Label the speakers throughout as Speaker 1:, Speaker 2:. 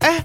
Speaker 1: 哎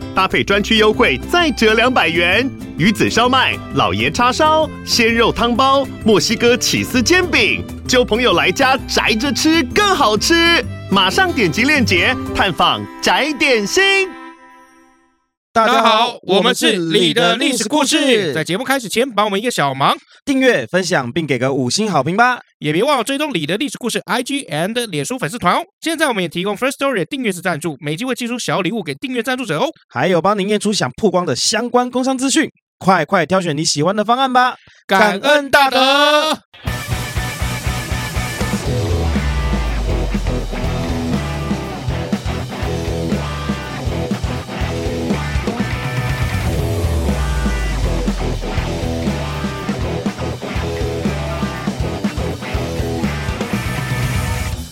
Speaker 1: 搭配专区优惠再折两百元。鱼子烧麦、老爷叉烧、鲜肉汤包、墨西哥起司煎饼，就朋友来家宅着吃更好吃。马上点击链接探访宅点心。
Speaker 2: 大
Speaker 3: 大家好，我们是你的历史故事。在节目开始前，帮我们一个小忙，
Speaker 2: 订阅、分享并给个五星好评吧。
Speaker 3: 也别忘了追踪你的历史故事 IG and 脸书粉丝团哦。现在我们也提供 First Story 的订阅式赞助，每集会寄出小礼物给订阅赞助者哦。
Speaker 2: 还有帮您验出想曝光的相关工商资讯，快快挑选你喜欢的方案吧。
Speaker 3: 感恩大德。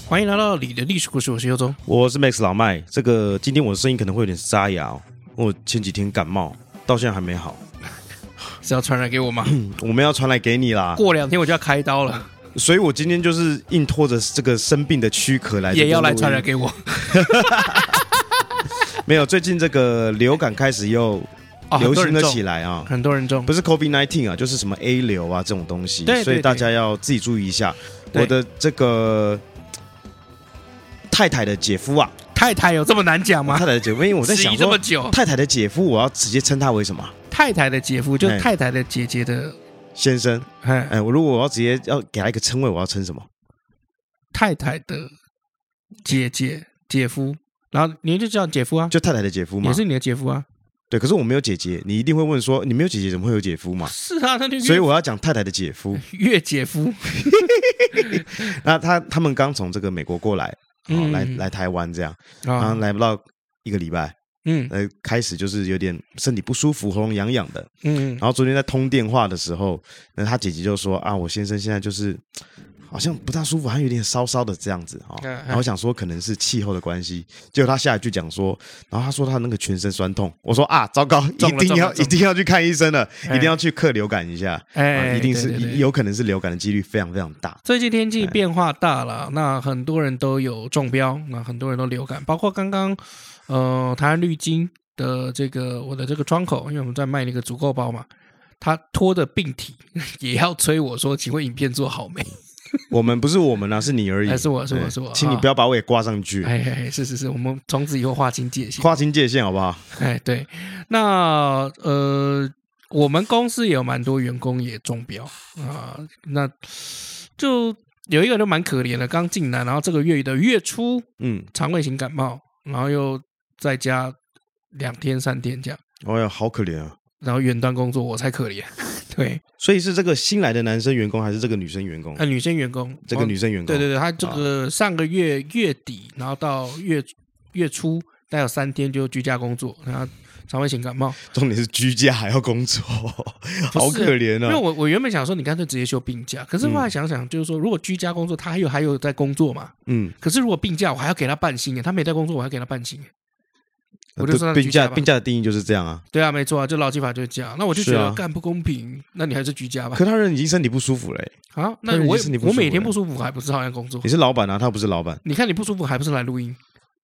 Speaker 3: 欢迎来到你的历史故事，我是尤忠。
Speaker 2: 我是 Max 老麦，这个今天我的声音可能会有点沙哑哦，我前几天感冒，到现在还没好。
Speaker 3: 是要传染给我吗？
Speaker 2: 嗯我们要传来给你啦，
Speaker 3: 过两天我就要开刀了，
Speaker 2: 所以我今天就是硬拖着这个生病的躯壳来，
Speaker 3: 也要来传染。给我。
Speaker 2: 没有，最近这个流感开始又
Speaker 3: 哦
Speaker 2: 流行了
Speaker 3: 很多人中
Speaker 2: 起来啊。
Speaker 3: 很多人中
Speaker 2: 不是 COVID nineteen 啊，就是什么 A 流啊这种东西，
Speaker 3: 对对
Speaker 2: 所以
Speaker 3: 对
Speaker 2: 大家要自己注意一下。
Speaker 3: 对
Speaker 2: 我的这个太太的姐夫啊，
Speaker 3: 太太有这么难讲
Speaker 2: 我
Speaker 3: 吗
Speaker 2: 太？太的姐夫，因为我在
Speaker 3: 迟
Speaker 2: 想
Speaker 3: 疑这
Speaker 2: 说
Speaker 3: 么，久，
Speaker 2: 太太的姐夫，我要直接称他为什么
Speaker 3: 太太的姐夫就是
Speaker 2: 哎
Speaker 3: 太太的姐姐的，
Speaker 2: 先生？
Speaker 3: 哎，
Speaker 2: 哎，我如果我要直接要给他一个称谓，我要称什么？
Speaker 3: 太太的姐姐姐夫，然后你就叫姐夫啊，
Speaker 2: 就太太的姐夫嘛
Speaker 3: 也。是你的姐夫啊，
Speaker 2: 对，可是我没有姐姐，你一定会问说，你没有姐姐怎么会有姐夫嘛？
Speaker 3: 是啊，那就
Speaker 2: 所以
Speaker 3: 岳
Speaker 2: 我要讲太太的姐夫。
Speaker 3: 岳姐夫，
Speaker 2: 那他他们刚从这个美国过来，哦，
Speaker 3: 嗯
Speaker 2: 来来台湾这样，然后
Speaker 3: 啊，
Speaker 2: 来不到一个礼拜，
Speaker 3: 嗯
Speaker 2: 呃，开始就是有点身体不舒服，喉咙痒痒的。
Speaker 3: 嗯，
Speaker 2: 然后昨天在通电话的时候，那他姐姐就说啊，我先生现在就是好像不大舒服，还有点烧烧的这样子啊、哦。
Speaker 3: 嗯嗯
Speaker 2: 然后想说可能是气候的关系，结果他下一句讲说，然后他说他那个全身酸痛，我说啊，糟糕，
Speaker 3: 中
Speaker 2: 一
Speaker 3: 了
Speaker 2: 定
Speaker 3: 中
Speaker 2: 要
Speaker 3: 了
Speaker 2: 一
Speaker 3: 中了
Speaker 2: 定要去看医生了，
Speaker 3: 哎
Speaker 2: 一定要去克流感一下，啊
Speaker 3: 哎，
Speaker 2: 一定是
Speaker 3: 对对对
Speaker 2: 有可能是流感的几率非常非常大。
Speaker 3: 最近天气变化大了，那很多人都有中标，那很多人都流感，包括刚刚呃台湾绿金的这个我的这个窗口，因为我们在卖那个足够包嘛，他拖着病体 也要催我说，请问影片做好没？
Speaker 2: 我们不是我们啊，是你而已，
Speaker 3: 哎是我是我
Speaker 2: 哎
Speaker 3: 是我
Speaker 2: 请你
Speaker 3: 啊
Speaker 2: 不要把我也挂上去，
Speaker 3: 哎哎，哎是是是，我们从此以后划清界限。
Speaker 2: 划清界限好不好？
Speaker 3: 哎，对，那呃，我们公司也有蛮多员工也中标啊、那就有一个人蛮可怜的，刚进来，然后这个月的月初
Speaker 2: 嗯，
Speaker 3: 肠胃型感冒，然后又在家两天三天这样，
Speaker 2: 哎呀，好可怜啊！
Speaker 3: 然后远端工作，我才可怜。对，
Speaker 2: 所以是这个新来的男生员工还是这个女生员工？
Speaker 3: 那、女生员工，
Speaker 2: 这个
Speaker 3: 哦
Speaker 2: 女生员工，
Speaker 3: 呃对对对，她这
Speaker 2: 啊
Speaker 3: 个上个月月底，然后到月月初，大概有三天就居家工作，然后肠胃型感冒。
Speaker 2: 重点是居家还要工作，好可怜
Speaker 3: 因为
Speaker 2: 啊！
Speaker 3: 我我原本想说你干脆直接休病假，可是后来想想，就是说如果居家工作，他还有还有在工作嘛。
Speaker 2: 嗯，
Speaker 3: 可是如果病假，我还要给他半薪耶，他没在工作，我还要给他半薪耶。我就
Speaker 2: 对
Speaker 3: 说那
Speaker 2: 病
Speaker 3: 居家
Speaker 2: 假，
Speaker 3: 吧
Speaker 2: 病假的定义就是这样啊。
Speaker 3: 对啊，没错啊，就劳基法就是这样。那我就
Speaker 2: 是
Speaker 3: 觉得、
Speaker 2: 啊
Speaker 3: 干不公平，那你还是居家吧
Speaker 2: 可。他人已经身体不舒服了欸、
Speaker 3: 啊，
Speaker 2: 那
Speaker 3: 那
Speaker 2: 你
Speaker 3: 我
Speaker 2: 是你
Speaker 3: 也
Speaker 2: 不舒
Speaker 3: 我
Speaker 2: 服
Speaker 3: 每天
Speaker 2: 的
Speaker 3: 不舒服，还不是照样工作
Speaker 2: 你？是老板啊，他不是老板，
Speaker 3: 你看你不舒服，还不是来录音？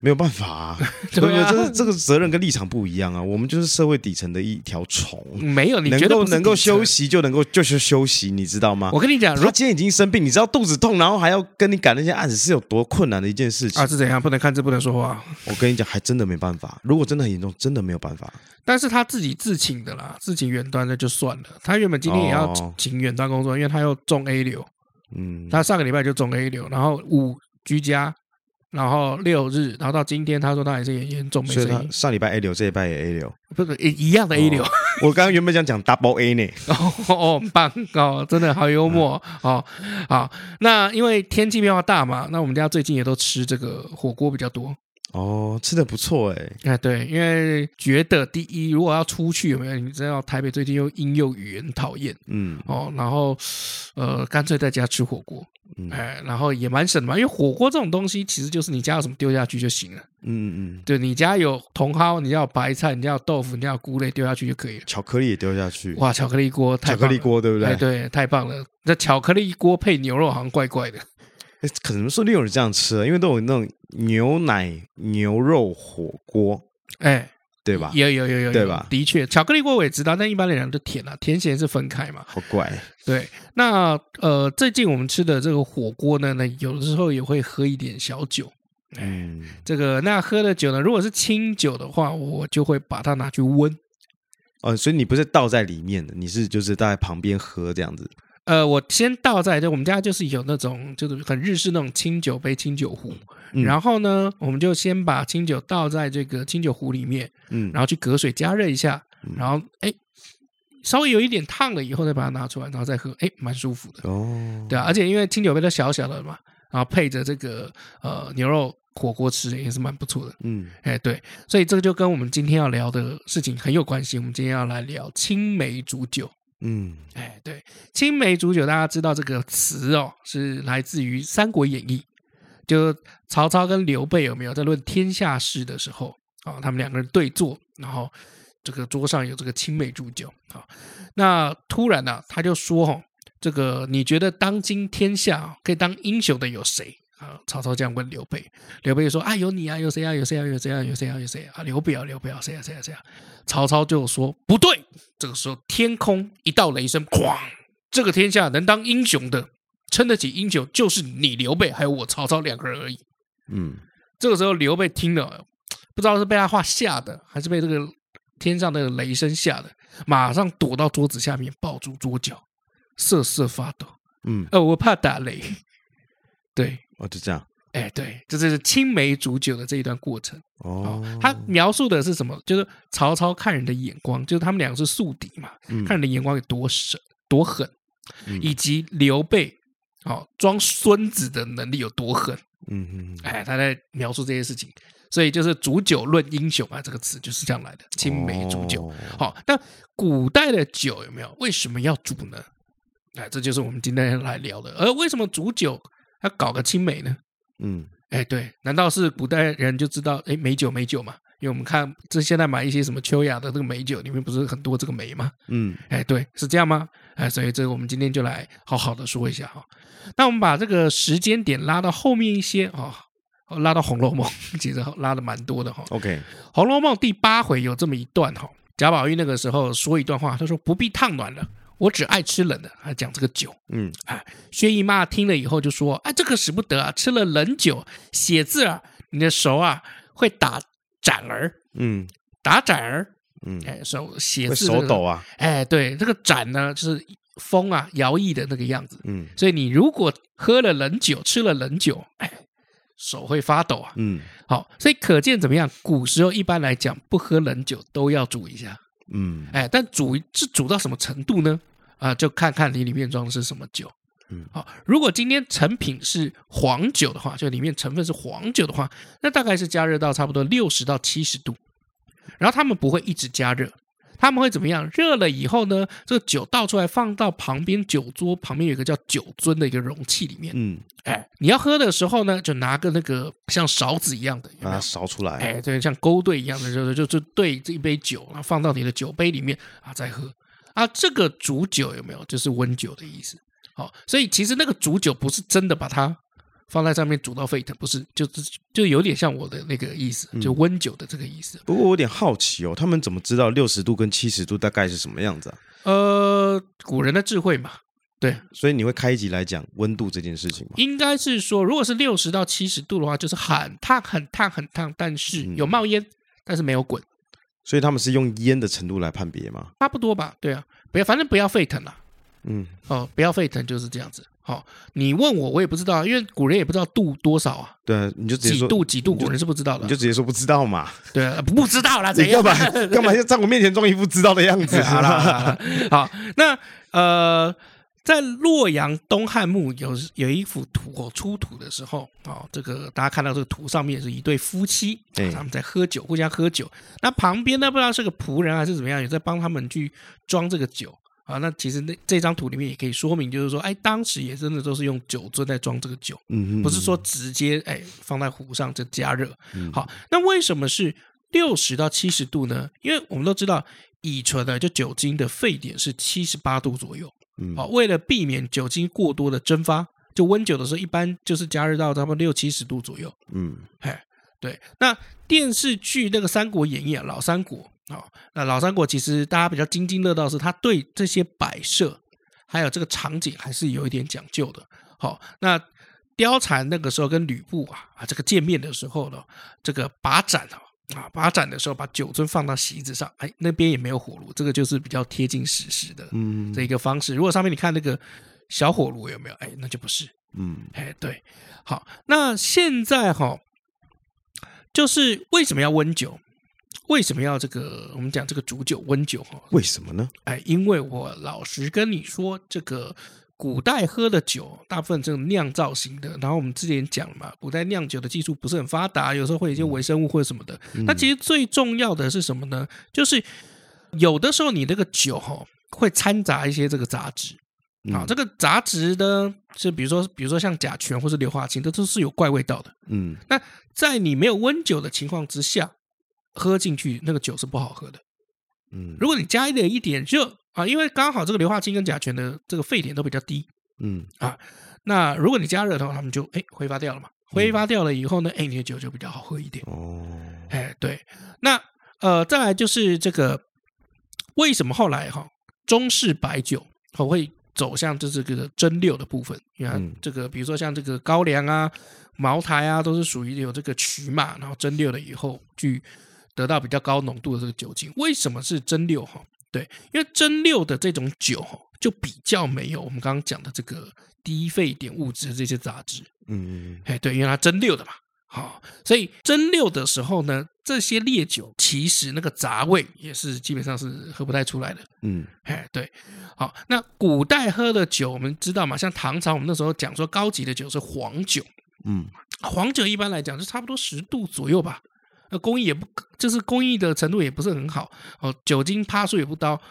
Speaker 2: 没有办法啊。我
Speaker 3: 对
Speaker 2: 觉
Speaker 3: 啊
Speaker 2: 得，这这个责任跟立场不一样啊。我们就是社会底层的一条虫，
Speaker 3: 没有，你
Speaker 2: 能
Speaker 3: 绝对
Speaker 2: 够
Speaker 3: 不是
Speaker 2: 能够
Speaker 3: 底层
Speaker 2: 休。息就能够就是休息，你知道吗？
Speaker 3: 我跟你讲，如
Speaker 2: 他今天已经生病，你知道肚子痛，然后还要跟你赶那些案子是有多困难的一件事情。
Speaker 3: 啊是怎样，不能看字，不能说话。啊
Speaker 2: 我跟你讲，还真的没办法。如果真的很严重，真的没有办法。
Speaker 3: 但是他自己自请的啦，自请远端的就算了。他原本今天也要
Speaker 2: 哦
Speaker 3: 请远端工作，因为他又中 A 流。
Speaker 2: 嗯，
Speaker 3: 他上个礼拜就中 A 流，然后五居家，然后六日，然后到今天他说他还是也严重没
Speaker 2: 所以他哦
Speaker 3: 声音，
Speaker 2: 上礼拜 A 流，这礼拜也 A 流。
Speaker 3: 不是一一样的 A 流，
Speaker 2: 我刚刚原本想讲 double A 呢，
Speaker 3: 哦 哦，很棒哦，真的好幽默
Speaker 2: 嗯
Speaker 3: 哦，好，那因为天气变化大嘛，那我们家最近也都吃这个火锅比较多，
Speaker 2: 哦，吃的不错哎、
Speaker 3: 哎，对，因为觉得第一，如果要出去有没有，你知道台北最近又阴又雨，很讨厌
Speaker 2: 嗯，
Speaker 3: 哦，然后呃，干脆在家吃火锅，
Speaker 2: 嗯
Speaker 3: 哎，然后也蛮省的嘛，因为火锅这种东西其实就是你家有什么丢下去就行了，
Speaker 2: 嗯嗯，
Speaker 3: 对你家有茼蒿，你家有白菜，你家有豆腐，你家有菇类丢下去就可以了。
Speaker 2: 巧克力也丢下去，
Speaker 3: 哇，巧克力锅太
Speaker 2: 巧
Speaker 3: 棒了
Speaker 2: 克力，锅对不对？
Speaker 3: 哎，对，太棒了。那巧克力锅配牛肉好像怪怪的，
Speaker 2: 哎可能说不定有人这样吃啊的，因为都有那种牛奶牛肉火锅，
Speaker 3: 哎，
Speaker 2: 对吧？
Speaker 3: 有有有有有，
Speaker 2: 啊对吧
Speaker 3: 的确，巧克力锅我也知道，但一般来讲就甜啊，甜咸是分开嘛。
Speaker 2: 好怪，
Speaker 3: 对，那呃，最近我们吃的这个火锅呢，呢有的时候也会喝一点小酒。
Speaker 2: 嗯，
Speaker 3: 这个那喝的酒呢，如果是清酒的话，我就会把它拿去温。
Speaker 2: 哦，所以你不是倒在里面的，你是就是倒在旁边喝这样子，
Speaker 3: 呃，我先倒在就我们家就是有那种就是很日式那种清酒杯、清酒壶，
Speaker 2: 嗯
Speaker 3: 然后呢，我们就先把清酒倒在这个清酒壶里面，
Speaker 2: 嗯，
Speaker 3: 然后去隔水加热一下，然后哎，稍微有一点烫了以后再把它拿出来，然后再喝，哎，蛮舒服的。
Speaker 2: 哦，
Speaker 3: 对啊，而且因为清酒杯都小小的嘛，然后配着这个呃牛肉火锅吃也是蛮不错的。
Speaker 2: 嗯，
Speaker 3: 哎，对，所以这个就跟我们今天要聊的事情很有关系。我们今天要来聊青梅煮酒。
Speaker 2: 嗯，
Speaker 3: 哎，对，青梅煮酒，大家知道这个词哦，是来自于《三国演义》，就曹操跟刘备有没有在论天下事的时候啊、他们两个人对坐，然后这个桌上有这个青梅煮酒啊、那突然呢、他就说哦，这个你觉得当今天下、哦、可以当英雄的有谁？啊，曹操这样问刘备，刘备就说：“啊，有你啊，有谁啊，有谁啊，有谁啊，有谁啊，有谁啊？啊刘备啊，刘备啊，谁啊，谁啊，谁啊？”曹操就说：“不对，这个时候，天空一道雷声，哐！这个天下能当英雄的，撑得起英雄，就是你刘备还有我曹操两个人而已。
Speaker 2: 嗯，
Speaker 3: 这个时候，刘备听了，不知道是被他话吓的，还是被这个天上的雷声吓的，马上躲到桌子下面，抱住桌角，瑟瑟发抖。
Speaker 2: 嗯，
Speaker 3: 呃，我怕打雷。对，
Speaker 2: 哦，就这样，
Speaker 3: 哎，对，这就是青梅煮酒的这一段过程。
Speaker 2: 哦
Speaker 3: 哦，，他描述的是什么？就是曹操看人的眼光，就是他们两个是宿敌嘛，
Speaker 2: 嗯
Speaker 3: 看人的眼光有多深、多狠，
Speaker 2: 嗯
Speaker 3: 以及刘备哦装孙子的能力有多狠。
Speaker 2: 嗯嗯，
Speaker 3: 哎，他在描述这些事情，所以就是“煮酒论英雄”啊，这个词就是这样来的。青梅煮酒，
Speaker 2: 哦
Speaker 3: 好、那古代的酒有没有？为什么要煮呢？哎，这就是我们今天来聊的。而为什么煮酒要搞个青梅呢？
Speaker 2: 嗯，
Speaker 3: 哎，对，难道是古代人就知道哎美酒美酒嘛？因为我们看这现在买一些什么秋雅的这个美酒，里面不是很多这个梅吗？
Speaker 2: 嗯，
Speaker 3: 哎，对，是这样吗？哎，所以这个我们今天就来好好的说一下哈、那我们把这个时间点拉到后面一些啊、哦，拉到《红楼梦》，其实拉的蛮多的哈、
Speaker 2: OK，
Speaker 3: 《红楼梦》第八回有这么一段哈、贾宝玉那个时候说一段话，他说不必烫暖了，我只爱吃冷的，还讲这个酒。
Speaker 2: 嗯，
Speaker 3: 薛姨妈听了以后就说：“啊，这个使不得啊，吃了冷酒，写字啊，你的手啊会打展儿，
Speaker 2: 嗯，
Speaker 3: 打展儿，
Speaker 2: 嗯，
Speaker 3: 哎，手写
Speaker 2: 会
Speaker 3: 字、
Speaker 2: 手抖，啊，
Speaker 3: 哎，对，这个展呢就是风啊摇曳的那个样子，
Speaker 2: 嗯
Speaker 3: 所以你如果喝了冷酒，吃了冷酒，哎，手会发抖啊。
Speaker 2: 嗯
Speaker 3: 好，所以可见怎么样？古时候一般来讲，不喝冷酒都要煮一下，
Speaker 2: 嗯
Speaker 3: 哎，但煮是煮到什么程度呢？啊，就看看你里面装的是什么酒。
Speaker 2: 嗯，
Speaker 3: 好，如果今天成品是黄酒的话，就里面成分是黄酒的话，那大概是加热到差不多六十到七十度，然后他们不会一直加热，他们会怎么样？热了以后呢，这个酒倒出来放到旁边酒桌旁边有一个叫酒樽的一个容器里面，
Speaker 2: 嗯，
Speaker 3: 哎，你要喝的时候呢，就拿个那个像勺子一样的，有
Speaker 2: 把
Speaker 3: 没
Speaker 2: 它
Speaker 3: 有
Speaker 2: 勺出来，
Speaker 3: 哎，对，像勾兑一样的，就是就就兑这一杯酒，然后放到你的酒杯里面啊，再喝啊。这个煮酒有没有？就是温酒的意思。好、所以其实那个煮酒不是真的把它放在上面煮到沸腾，不是，就是就有点像我的那个意思，就温酒的这个意思。
Speaker 2: 不过我有点好奇哦，他们怎么知道六十度跟七十度大概是什么样子啊？
Speaker 3: 呃，古人的智慧嘛，
Speaker 2: 所以你会开一集来讲温度这件事情吗？
Speaker 3: 应该是说，如果是六十到七十度的话，就是很烫、很烫、很烫，但是有冒烟，但是没有滚，
Speaker 2: 所以他们是用烟的程度来判别吗？
Speaker 3: 差不多吧？对啊，不要，反正不要沸腾了。
Speaker 2: 嗯
Speaker 3: 哦，不要沸腾就是这样子。好、你问我我也不知道，因为古人也不知道度多少啊，，
Speaker 2: 对啊，你就直接
Speaker 3: 几
Speaker 2: 说，
Speaker 3: 度几度，古人是不知道
Speaker 2: 你
Speaker 3: 的啊
Speaker 2: 就。直接说不知道嘛，
Speaker 3: 对啊，不知道啦，
Speaker 2: 你
Speaker 3: 怎样
Speaker 2: 干嘛
Speaker 3: 啊？
Speaker 2: 干嘛要在我面前装一副知道的样子？
Speaker 3: 好啦好啦，好啦 好，那呃，在洛阳东汉墓有有一幅图哦，出土的时候哦，这个大家看到这个图上面是一对夫妻，
Speaker 2: 哎
Speaker 3: 他们在喝酒，互相喝酒。那旁边呢，不知道是个仆人还是怎么样，也在帮他们去装这个酒。啊，那其实那这张图里面也可以说明，就是说，哎，当时也真的都是用酒樽在装这个酒，
Speaker 2: 嗯嗯，嗯
Speaker 3: 不是说直接哎放在壶上就加热。好，那为什么是六十到七十度呢？因为我们都知道乙醇呢，就酒精的沸点是七十八度左右。
Speaker 2: 嗯
Speaker 3: 好，为了避免酒精过多的蒸发，就温酒的时候一般就是加热到差不多六七十度左右。
Speaker 2: 嗯
Speaker 3: 哎，对，那电视剧那个《三国演义》啊，老三国啊、哦那老三国其实大家比较津津乐道的是，他对这些摆设还有这个场景还是有一点讲究的。好、那貂蝉那个时候跟吕布啊啊这个见面的时候呢，这个把盏啊。啊，把盏的时候把酒樽放到席子上，哎，那边也没有火炉，这个就是比较贴近史实的
Speaker 2: 嗯
Speaker 3: 这一个方式。如果上面你看那个小火炉有没有？哎，那就不是，
Speaker 2: 嗯
Speaker 3: 哎，对，好，那现在哈、就是为什么要温酒？为什么要这个？我们讲这个煮酒温酒哈、
Speaker 2: 为什么呢？
Speaker 3: 哎，因为我老实跟你说，这个古代喝的酒大部分这种酿造型的，然后我们之前讲了嘛，古代酿酒的技术不是很发达，有时候会有一些微生物或者什么的。那其实最重要的是什么呢？就是有的时候你这个酒哈、会掺杂一些这个杂质。啊、这个杂质呢，是比如说，比如说像甲醛或是硫化氢，这都是有怪味道的。
Speaker 2: 嗯
Speaker 3: 那在你没有温酒的情况之下，喝进去那个酒是不好喝的。
Speaker 2: 嗯
Speaker 3: 如果你加一点一点热啊，因为刚好这个硫化氢跟甲醛的这个沸点都比较低，
Speaker 2: 嗯
Speaker 3: 那如果你加热的话，它们就哎挥发掉了嘛。挥发掉了以后呢，哎，你的酒就比较好喝一点。
Speaker 2: 哦
Speaker 3: 哎，对，那呃，再来就是这个，为什么后来哈、中式白酒哦会走向就是这个蒸馏的部分？因为它
Speaker 2: 嗯
Speaker 3: 这个比如说像这个高粱啊、茅台啊，都是属于有这个曲码，然后蒸馏了以后去得到比较高浓度的这个酒精。为什么是蒸馏哈、对，因为蒸馏的这种酒哈、就比较没有我们刚刚讲的这个低沸点物质的这些杂质。
Speaker 2: 嗯
Speaker 3: 哎，对，因为它蒸馏的嘛，好、所以蒸馏的时候呢，这些烈酒其实那个杂味也是基本上是喝不太出来的。
Speaker 2: 嗯
Speaker 3: 哎，对，好，那古代喝的酒，我们知道嘛，像唐朝，我们那时候讲说高级的酒是黄酒，啊
Speaker 2: 嗯
Speaker 3: 黄酒一般来讲就差不多十度左右吧，呃，工艺也不就是工艺的程度也不是很好哦，酒精趴数也不高，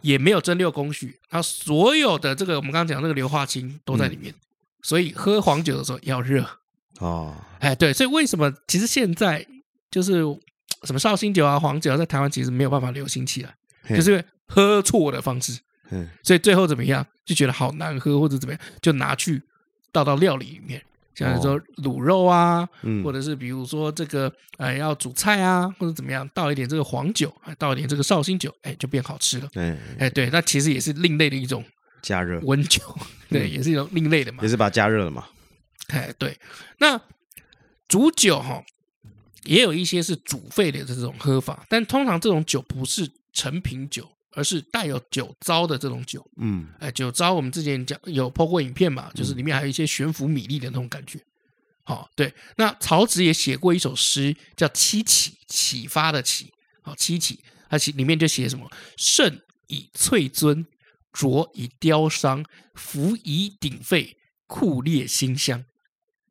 Speaker 3: 也没有蒸馏工序，然后所有的这个我们刚刚讲那个硫化氢都在里面，所以喝黄酒的时候要热。
Speaker 2: 哦
Speaker 3: 哎，对，所以为什么其实现在就是嘖什么绍兴酒啊、黄酒、啊、在台湾其实没有办法流行起来，
Speaker 2: 嘿
Speaker 3: 就是因为喝错的方式，
Speaker 2: 嗯
Speaker 3: 所以最后怎么样就觉得好难喝或者怎么样，就拿去倒到料理里面，像是说卤肉啊，
Speaker 2: 哦嗯
Speaker 3: 或者是比如说这个哎要煮菜啊，或者怎么样倒一点这个黄酒，哎倒一点这个绍兴酒，哎就变好吃了。
Speaker 2: 哎
Speaker 3: 哎，对，那其实也是另类的一种
Speaker 2: 加热
Speaker 3: 温酒，对，也是一种另类的
Speaker 2: 嗯
Speaker 3: 嘛
Speaker 2: 也。是把它加热了嘛？
Speaker 3: 哎，对，那煮酒哈、也有一些是煮沸的这种喝法，但通常这种酒不是成品酒，而是带有酒糟的这种酒。
Speaker 2: 嗯
Speaker 3: 哎，酒糟我们之前讲有播过影片嘛，就是里面还有一些悬浮米粒的那种感觉。好、对，那曹植也写过一首诗，叫《七起》，启发的启，好、七起，它写里面就写什么？盛以翠樽，浊以雕觞，浮以鼎沸，酷烈馨香。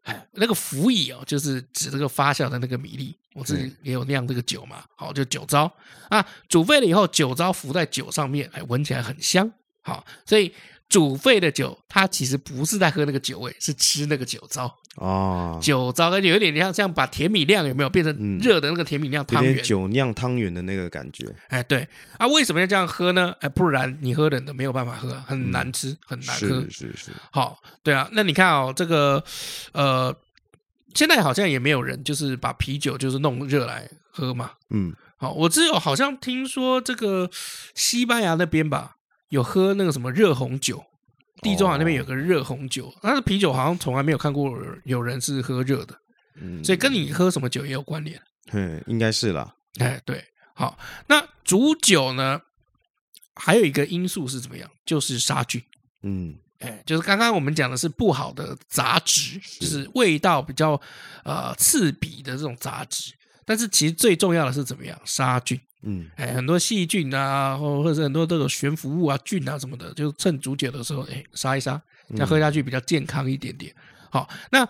Speaker 3: 哎，那个浮以哦，就是指这个发酵的那个米粒。我自己也有酿这个酒嘛，好，就酒糟啊，煮沸了以后，酒糟浮在酒上面，哎，闻起来很香。好，所以煮沸的酒，它其实不是在喝那个酒味，是吃那个酒糟。
Speaker 2: 哦，
Speaker 3: 酒糟跟有一点像像把甜米酿有没有变成
Speaker 2: 嗯
Speaker 3: 热的那个甜米酿
Speaker 2: 有
Speaker 3: 汤
Speaker 2: 点
Speaker 3: 圆？
Speaker 2: 酒酿汤圆的那个感觉，
Speaker 3: 哎，对啊，为什么要这样喝呢？哎，不然你喝冷的没有办法喝，啊很难吃，很难喝
Speaker 2: 嗯是。是是，
Speaker 3: 好，对啊，那你看哦，这个呃，现在好像也没有人就是把啤酒就是弄热来喝嘛。
Speaker 2: 嗯
Speaker 3: 好，我只有好像听说这个西班牙那边吧，有喝那个什么热红酒，地中海那边有个热红酒，但是啤酒好像从来没有看过有人是喝热的，
Speaker 2: 嗯，
Speaker 3: 所以跟你喝什么酒也有关联。
Speaker 2: 嗯应该是啦，
Speaker 3: 哎，对，好，那煮酒呢，还有一个因素是怎么样？就是杀菌。
Speaker 2: 嗯
Speaker 3: 哎，就是刚刚我们讲的是不好的杂质，就是味道比较呃刺鼻的这种杂质。但是其实最重要的是怎么样杀菌？
Speaker 2: 嗯
Speaker 3: 哎，很多细菌啊，或或者很多这种悬浮物啊、菌啊什么的，就趁煮酒的时候，哎，杀一杀，这样喝下去比较健康一点点。好，那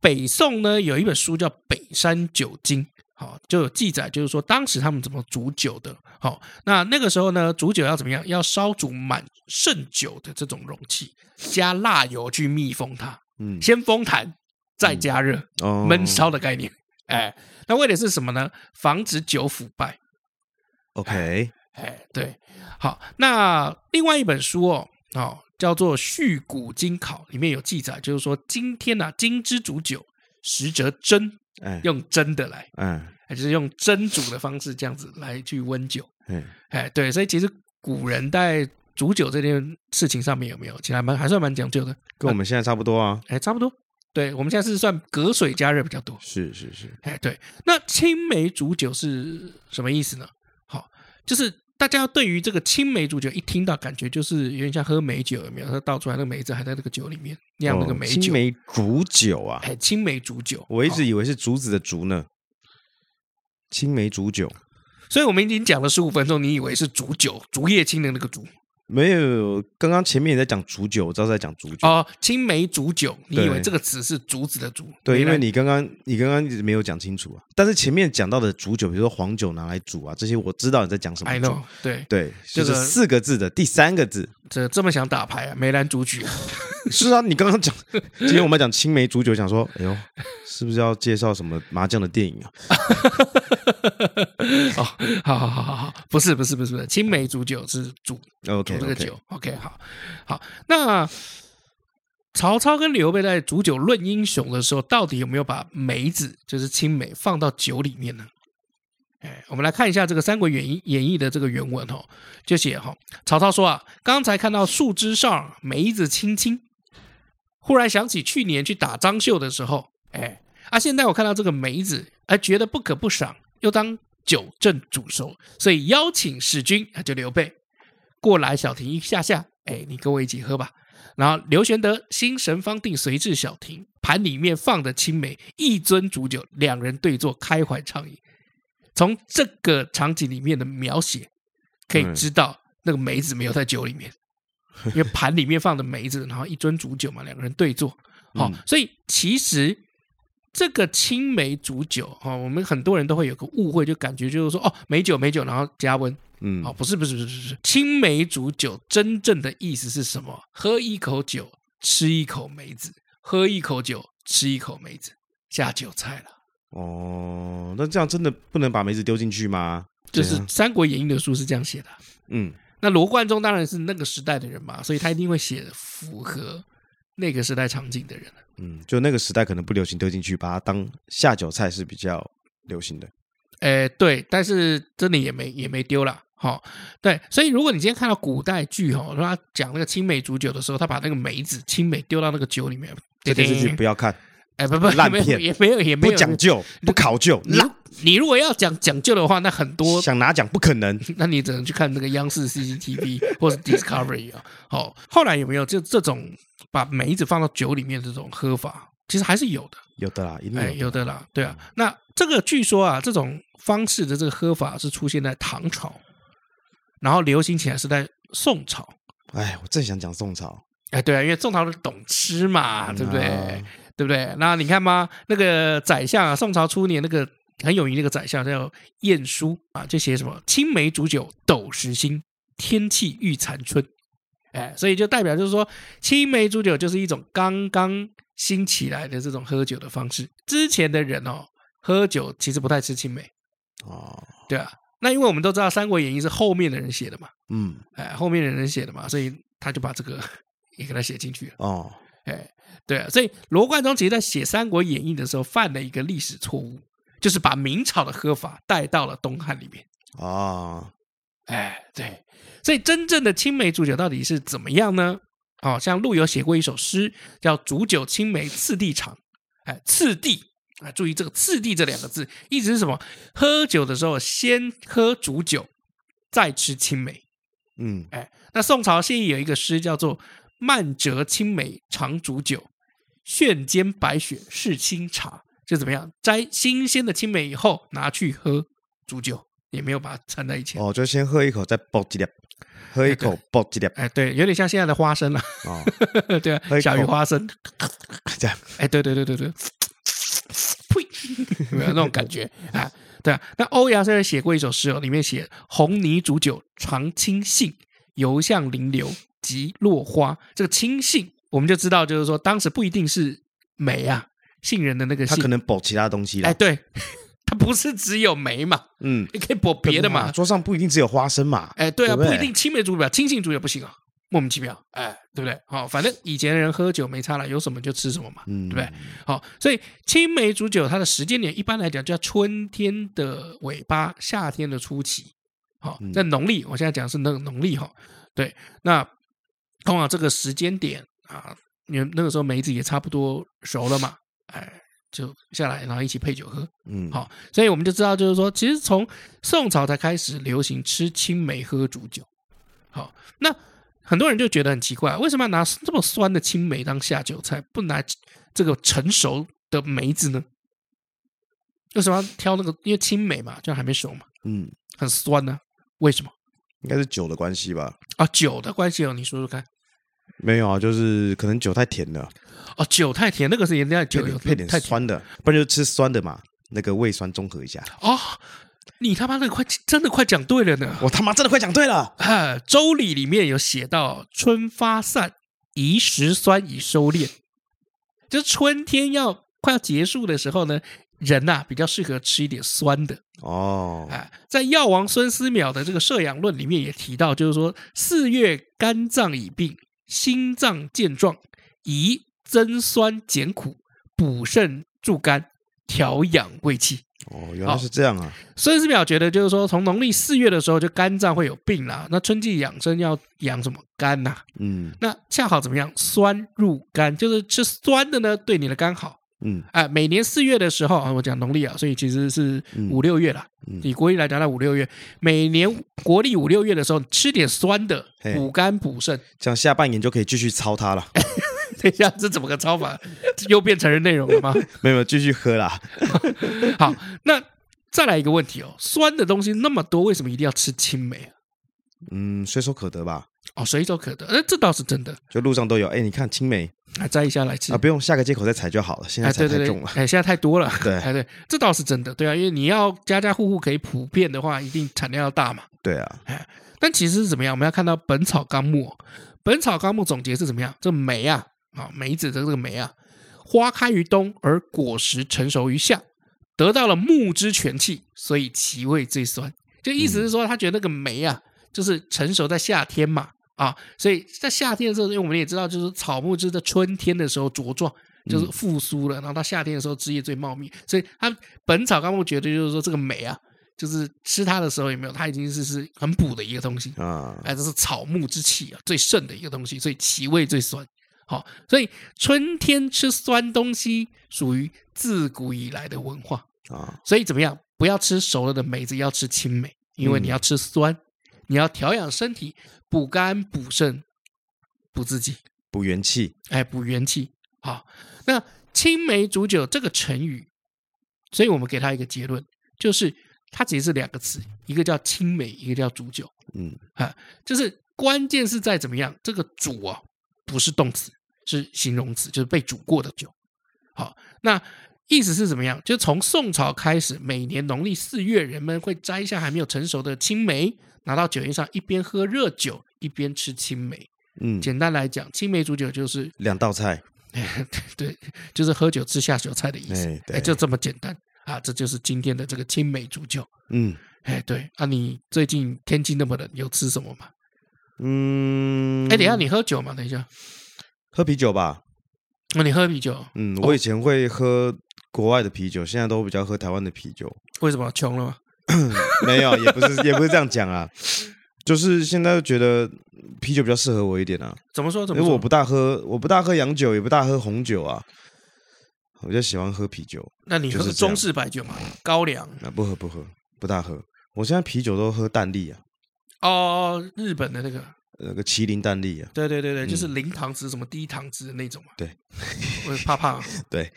Speaker 3: 北宋呢有一本书叫《北山酒经》，好，就有记载，就是说当时他们怎么煮酒的。好，那那个时候呢，煮酒要怎么样？要烧煮满盛酒的这种容器，加蜡油去密封它，
Speaker 2: 嗯，
Speaker 3: 先封坛，再加热，
Speaker 2: 哦
Speaker 3: 闷烧的概念。哎，那为的是什么呢？防止酒腐败。
Speaker 2: ，OK，
Speaker 3: 哎，对，好，那另外一本书哦，哦，叫做《续古今考》，里面有记载，就是说今天呐、啊，金之煮酒，实则蒸，
Speaker 2: 哎，
Speaker 3: 用蒸的来，
Speaker 2: 哎，
Speaker 3: 哎就是用蒸煮的方式这样子来去温酒。
Speaker 2: 哎，
Speaker 3: 哎，对，所以其实古人在煮酒这件事情上面有没有，其实还蛮还算蛮讲究的。
Speaker 2: 跟我们现在差不多啊，
Speaker 3: 哎，差不多，对我们现在是算隔水加热比较多。
Speaker 2: 是是是，
Speaker 3: 哎，对，那青梅煮酒是什么意思呢？好，就是大家对于这个青梅煮酒，一听到感觉就是有点像喝美酒，有没有？它倒出来那个梅子还在那个酒里面酿那个
Speaker 2: 哦
Speaker 3: 梅
Speaker 2: 青
Speaker 3: 酒，
Speaker 2: 梅煮酒啊，
Speaker 3: 哎，青梅煮酒。
Speaker 2: 我一
Speaker 3: 好
Speaker 2: 直以为是竹子的竹呢，青梅煮酒，
Speaker 3: 所以我们已经讲了十五分钟，你以为是煮酒，竹叶青的那个竹
Speaker 2: 没有，刚刚前面也在讲煮酒，我知道在讲煮酒，
Speaker 3: 哦，青梅煮酒，你以为
Speaker 2: 对
Speaker 3: 这个词是竹子的竹？
Speaker 2: 对，
Speaker 3: 没
Speaker 2: 因
Speaker 3: 来
Speaker 2: 为你刚刚你刚刚一直没有讲清楚啊，但是前面讲到的煮酒，比如说黄酒拿来煮啊，这些我知道你在讲什么
Speaker 3: I
Speaker 2: 酒
Speaker 3: know，对，
Speaker 2: 对，
Speaker 3: 这
Speaker 2: 就
Speaker 3: 个
Speaker 2: 是四个字的第三个 字。
Speaker 3: 这这么想打牌啊，梅兰竹菊啊，
Speaker 2: 是啊，你刚刚讲，今天我们讲青梅煮酒，想说，哎呦，是不是要介绍什么麻将的电影啊？
Speaker 3: 哦，好好好好好，不是不是不是不是，青梅煮酒是煮
Speaker 2: OK，
Speaker 3: 煮这个
Speaker 2: OK
Speaker 3: 酒。OK，, 好，好。那曹操跟刘备在煮酒论英雄的时候，到底有没有把梅子，就是青梅，放到酒里面呢？哎，我们来看一下这个《三国演义》演义的这个原文哦，就写哈、曹操说啊，刚才看到树枝上梅子青青，忽然想起去年去打张绣的时候，哎，啊，现在我看到这个梅子，哎，觉得不可不赏，又当酒正煮熟，所以邀请使君，啊就刘备，过来小亭一下下，哎，你跟我一起喝吧。然后刘玄德心神方定，随至小亭，盘里面放的青梅，一樽煮酒，两人对坐，开怀畅饮。从这个场景里面的描写，可以
Speaker 2: 嗯
Speaker 3: 知道那个梅子没有在酒里面，因为盘里面放的梅子，然后一樽煮酒嘛，两个人对坐。好、所以其实这个青梅煮酒，哈、我们很多人都会有个误会，就感觉就是说，哦，美酒美酒，然后加温，
Speaker 2: 嗯
Speaker 3: 哦，，不是不是不是不是，青梅煮酒真正的意思是什么？喝一口酒，吃一口梅子；喝一口酒，吃一口梅子，下酒菜了。
Speaker 2: 哦，那这样真的不能把梅子丢进去吗？
Speaker 3: 就是
Speaker 2: 对啊
Speaker 3: 《三国演义》的书是这样写的。啊
Speaker 2: 嗯，
Speaker 3: 那罗贯中当然是那个时代的人嘛，所以他一定会写符合那个时代场景的人。
Speaker 2: 嗯，就那个时代可能不流行丢进去，把它当下酒菜是比较流行的。
Speaker 3: 呃，对，但是真的也没也没丢啦。好、对，所以如果你今天看到古代剧哦，说他讲那个青梅煮酒的时候，他把那个梅子青梅丢到那个酒里面，
Speaker 2: 这电视剧不
Speaker 3: 不
Speaker 2: 要看，
Speaker 3: 哎不不
Speaker 2: 烂
Speaker 3: 没有
Speaker 2: 片
Speaker 3: 也没有也没
Speaker 2: 不
Speaker 3: 有
Speaker 2: 讲究，不考究，
Speaker 3: 你
Speaker 2: 烂，
Speaker 3: 你如果要讲讲究的话，那很多，
Speaker 2: 想拿奖不可能。
Speaker 3: 那你只能去看那个央 视 CCTV 或是 Discovery 啊。好、后来有没有就这种把梅子放到酒里面这种喝法，其实还是有的。
Speaker 2: 有的啦，一定
Speaker 3: 哎，
Speaker 2: 有嗯
Speaker 3: 有
Speaker 2: 的。
Speaker 3: 的啦，对啊。那这个据说啊，这种方式的这个喝法是出现在唐朝，然后流行起来是在宋朝。
Speaker 2: 哎，我正想讲宋朝，
Speaker 3: 哎，对啊，因为宋朝人懂吃嘛，对不对？
Speaker 2: 嗯啊
Speaker 3: 对不对？那你看嘛，那个宰相啊，宋朝初年那个很有名那个宰相叫晏殊啊，就写什么“青梅煮酒斗时新，天气欲残春”。哎，所以就代表就是说，青梅煮酒就是一种刚刚兴起来的这种喝酒的方式。之前的人哦，喝酒其实不太吃青梅，
Speaker 2: 哦，
Speaker 3: 对啊。那因为我们都知道《三国演义》是后面的人写的嘛，
Speaker 2: 嗯，
Speaker 3: 哎，后面的人写的嘛，所以他就把这个 也给他写进去了。
Speaker 2: 哦，
Speaker 3: 哎，对啊，所以罗贯中其实在写《三国演义》的时候犯了一个历史错误，就是把明朝的喝法带到了东汉里面。
Speaker 2: 哦，
Speaker 3: 哎，对，所以真正的青梅煮酒到底是怎么样呢？哦，像陆游写过一首诗叫《煮酒青梅次第长》，哎，次第啊，注意这个“次第”这两个字，意思是什么？喝酒的时候先喝煮酒，再吃青梅。
Speaker 2: 嗯，
Speaker 3: 哎，那宋朝现役有一个诗叫做“慢折青梅常煮酒，炫煎白雪是清茶”，就怎么样摘新鲜的青梅以后拿去喝煮酒，也没有把它掺在一起。
Speaker 2: 哦，就先喝一口，再爆几粒，喝一口爆几粒，
Speaker 3: 哎，对，有点像现在的花生了、
Speaker 2: 哦，
Speaker 3: 啊，对
Speaker 2: 喝
Speaker 3: 啊，
Speaker 2: 一口
Speaker 3: 小鱼花生，
Speaker 2: 这样，
Speaker 3: 哎，对对对对对，呸，有没有那种感觉啊？对啊，那欧阳虽然写过一首诗哦，里面写“红泥煮酒尝清兴，游向临流即落花”。这个清兴，我们就知道，就是说当时不一定是美啊，杏仁的那个
Speaker 2: 他
Speaker 3: 杏
Speaker 2: 可。能补其他东西了。
Speaker 3: 哎，对， 它不是只有梅嘛，
Speaker 2: 嗯，
Speaker 3: 也可以补别的嘛。
Speaker 2: 桌上不一定只有花生嘛。
Speaker 3: 哎，对啊，
Speaker 2: 对不
Speaker 3: 不
Speaker 2: 对
Speaker 3: 一定青梅竹马，青杏竹也不行啊，莫名其妙，哎，对不对？好、反正以前人喝酒没差了，有什么就吃什么嘛，
Speaker 2: 嗯，
Speaker 3: 对不对？好、所以青梅煮酒它的时间点一般来讲叫春天的尾巴，夏天的初期。好、
Speaker 2: 嗯
Speaker 3: 在农历，我现在讲的是那个农历哈、对，那通常这个时间点啊，因为那个时候梅子也差不多熟了嘛，哎，就下来然后一起配酒喝，
Speaker 2: 嗯，
Speaker 3: 好、所以我们就知道，就是说，其实从宋朝才开始流行吃青梅喝煮酒。好、那很多人就觉得很奇怪，为什么要拿这么酸的青梅当下酒菜，不拿这个成熟的梅子呢？为什么要挑那个？因为青梅嘛，就还没熟嘛，
Speaker 2: 嗯，
Speaker 3: 很酸呢、为什么
Speaker 2: 应该是酒的关系吧？
Speaker 3: 啊？酒的关系哦，你说说看。
Speaker 2: 没有啊，就是可能酒太甜了，
Speaker 3: 哦，酒太甜，那个是人家
Speaker 2: 配
Speaker 3: 酒有
Speaker 2: 点配点
Speaker 3: 太甜
Speaker 2: 酸的，不然就吃酸的嘛，那个胃酸中和一下。
Speaker 3: 哦。你他妈的快真的快讲对了呢！
Speaker 2: 我他妈真的快讲对了，
Speaker 3: 啊，《周礼》里面有写到“春发散，宜食酸以收敛”，就是春天要快要结束的时候呢，人呐、比较适合吃一点酸的。
Speaker 2: 哦，
Speaker 3: 哎、在药王孙思邈的这个《摄养论》里面也提到，就是说四月肝脏已病，心脏健壮，宜增酸减苦，补肾助肝，调养胃气。
Speaker 2: 哦，原来是这样啊，
Speaker 3: 孙思邈觉得，就是说，从农历四月的时候，就肝脏会有病啦。那春季养生要养什么肝呐、
Speaker 2: 嗯
Speaker 3: 那恰好怎么样？酸入肝，就是吃酸的呢，对你的肝好。
Speaker 2: 嗯
Speaker 3: 哎、每年四月的时候啊，我讲农历啊，所以其实是
Speaker 2: 嗯
Speaker 3: 五六月啦。
Speaker 2: 嗯
Speaker 3: 以国历来讲，在五六月，每年国历五六月的时候，吃点酸的，
Speaker 2: 嘿
Speaker 3: 补肝补肾。
Speaker 2: 这样下半年就可以继续操它了，
Speaker 3: 等一下，这怎么个操法？又变成人内容 了吗？
Speaker 2: 没有没有继续喝啦，
Speaker 3: 好，那再来一个问题哦，酸的东西那么多，为什么一定要吃青梅啊？
Speaker 2: 嗯，随手可得吧，
Speaker 3: 哦，随手可得，哎，这倒是真的。
Speaker 2: 就路上都有。哎，你看青梅
Speaker 3: 啊，摘一下来吃
Speaker 2: 啊，不用下个街口再采就好了，现
Speaker 3: 哎，
Speaker 2: 在
Speaker 3: 对
Speaker 2: 采
Speaker 3: 对
Speaker 2: 太
Speaker 3: 对
Speaker 2: 重，了。
Speaker 3: 哎，现在太多了，
Speaker 2: 对
Speaker 3: 哎对，这倒是真的，对啊，因为你要家家户户可以普遍的话，一定产量要大嘛。
Speaker 2: 对啊，
Speaker 3: 但其实是怎么样？我们要看到《本草纲目》，哦《本草纲目》总结是怎么样？这梅啊，啊，梅子的这个梅啊，花开于冬，而果实成熟于夏，得到了木之全气，所以其味最酸。就意思是说，他觉得那个梅啊，就是成熟在夏天嘛，啊，所以在夏天的时候，因为我们也知道，就是草木就是在春天的时候茁壮。就是复苏了，然后到夏天的时候枝叶最茂密，所以它《本草纲目》觉得就是说这个梅啊，就是吃它的时候有没有，它已经是是很补的一个东西，
Speaker 2: 啊，
Speaker 3: 哎，这是草木之气啊，最盛的一个东西，所以其味最酸。好、所以春天吃酸东西属于自古以来的文化。
Speaker 2: 啊，
Speaker 3: 所以怎么样？不要吃熟了的梅子，要吃青梅，因为你要吃酸，你要调养身体，补肝补肾，补自己。
Speaker 2: 补元气，
Speaker 3: 哎，补元气。好，那青梅煮酒这个成语，所以我们给它一个结论，就是它其实是两个词，一个叫青梅，一个叫煮酒。
Speaker 2: 嗯，
Speaker 3: 啊，就是关键是在怎么样，这个煮啊不是动词，是形容词，就是被煮过的酒。好，那意思是怎么样？就从宋朝开始，每年农历四月，人们会摘下还没有成熟的青梅，拿到酒宴上，一边喝热酒，一边吃青梅。
Speaker 2: 嗯，
Speaker 3: 简单来讲，青梅煮酒就是
Speaker 2: 两道菜，
Speaker 3: 对，就是喝酒吃下酒菜的意思，
Speaker 2: 哎对
Speaker 3: 哎，就这么简单啊！这就是今天的这个青梅煮酒。
Speaker 2: 嗯
Speaker 3: 哎，对，那、你最近天气那么冷，有吃什么吗？
Speaker 2: 嗯，
Speaker 3: 哎、等一下你喝酒嘛？等一下，
Speaker 2: 喝啤酒吧，
Speaker 3: 那、你喝啤酒，
Speaker 2: 嗯，
Speaker 3: 哦
Speaker 2: 我以前会喝国外的啤酒，现在都比较喝台湾的啤酒。
Speaker 3: 为什么穷了吗？
Speaker 2: 没有，也不是，也不是这样讲啊，就是现在觉得啤酒比较适合我一点啊，
Speaker 3: 怎么说？
Speaker 2: 因
Speaker 3: 怎
Speaker 2: 为
Speaker 3: 么说？
Speaker 2: 我不大喝，我不大喝洋酒，也不大喝红酒啊，我比较喜欢喝啤酒
Speaker 3: 那你
Speaker 2: 就
Speaker 3: 喝
Speaker 2: 是这
Speaker 3: 中
Speaker 2: 样
Speaker 3: 式白酒嘛？高粱
Speaker 2: 啊，不喝不喝，不大喝。我现在啤酒都喝淡丽啊，
Speaker 3: 哦，日本的那个，
Speaker 2: 那个麒麟淡丽啊，
Speaker 3: 对对对对，就是零糖脂、什么低糖脂的那种嘛。
Speaker 2: 对，
Speaker 3: 我怕啊怕。
Speaker 2: 对，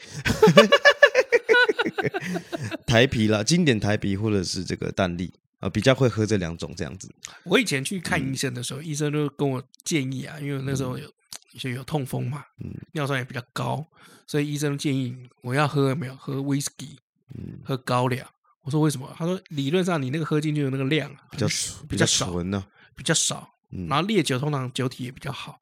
Speaker 2: 台啤啦，经典台啤或者是这个淡丽啊，比较会喝这两种这样子。
Speaker 3: 我以前去
Speaker 2: 嗯
Speaker 3: 看医生的时候，医生都跟我建议啊，因为我那时候有就有痛风嘛，
Speaker 2: 嗯
Speaker 3: 尿酸也比较
Speaker 2: 嗯
Speaker 3: 高，所以医生建议我要喝有没有喝 whisky，喝高粱我说为什么？他说理论上你那个喝进去的那个量啊
Speaker 2: 比较比较
Speaker 3: 较少
Speaker 2: 纯呢、
Speaker 3: 比较少，
Speaker 2: 嗯
Speaker 3: 然后烈酒通常酒体也比较好。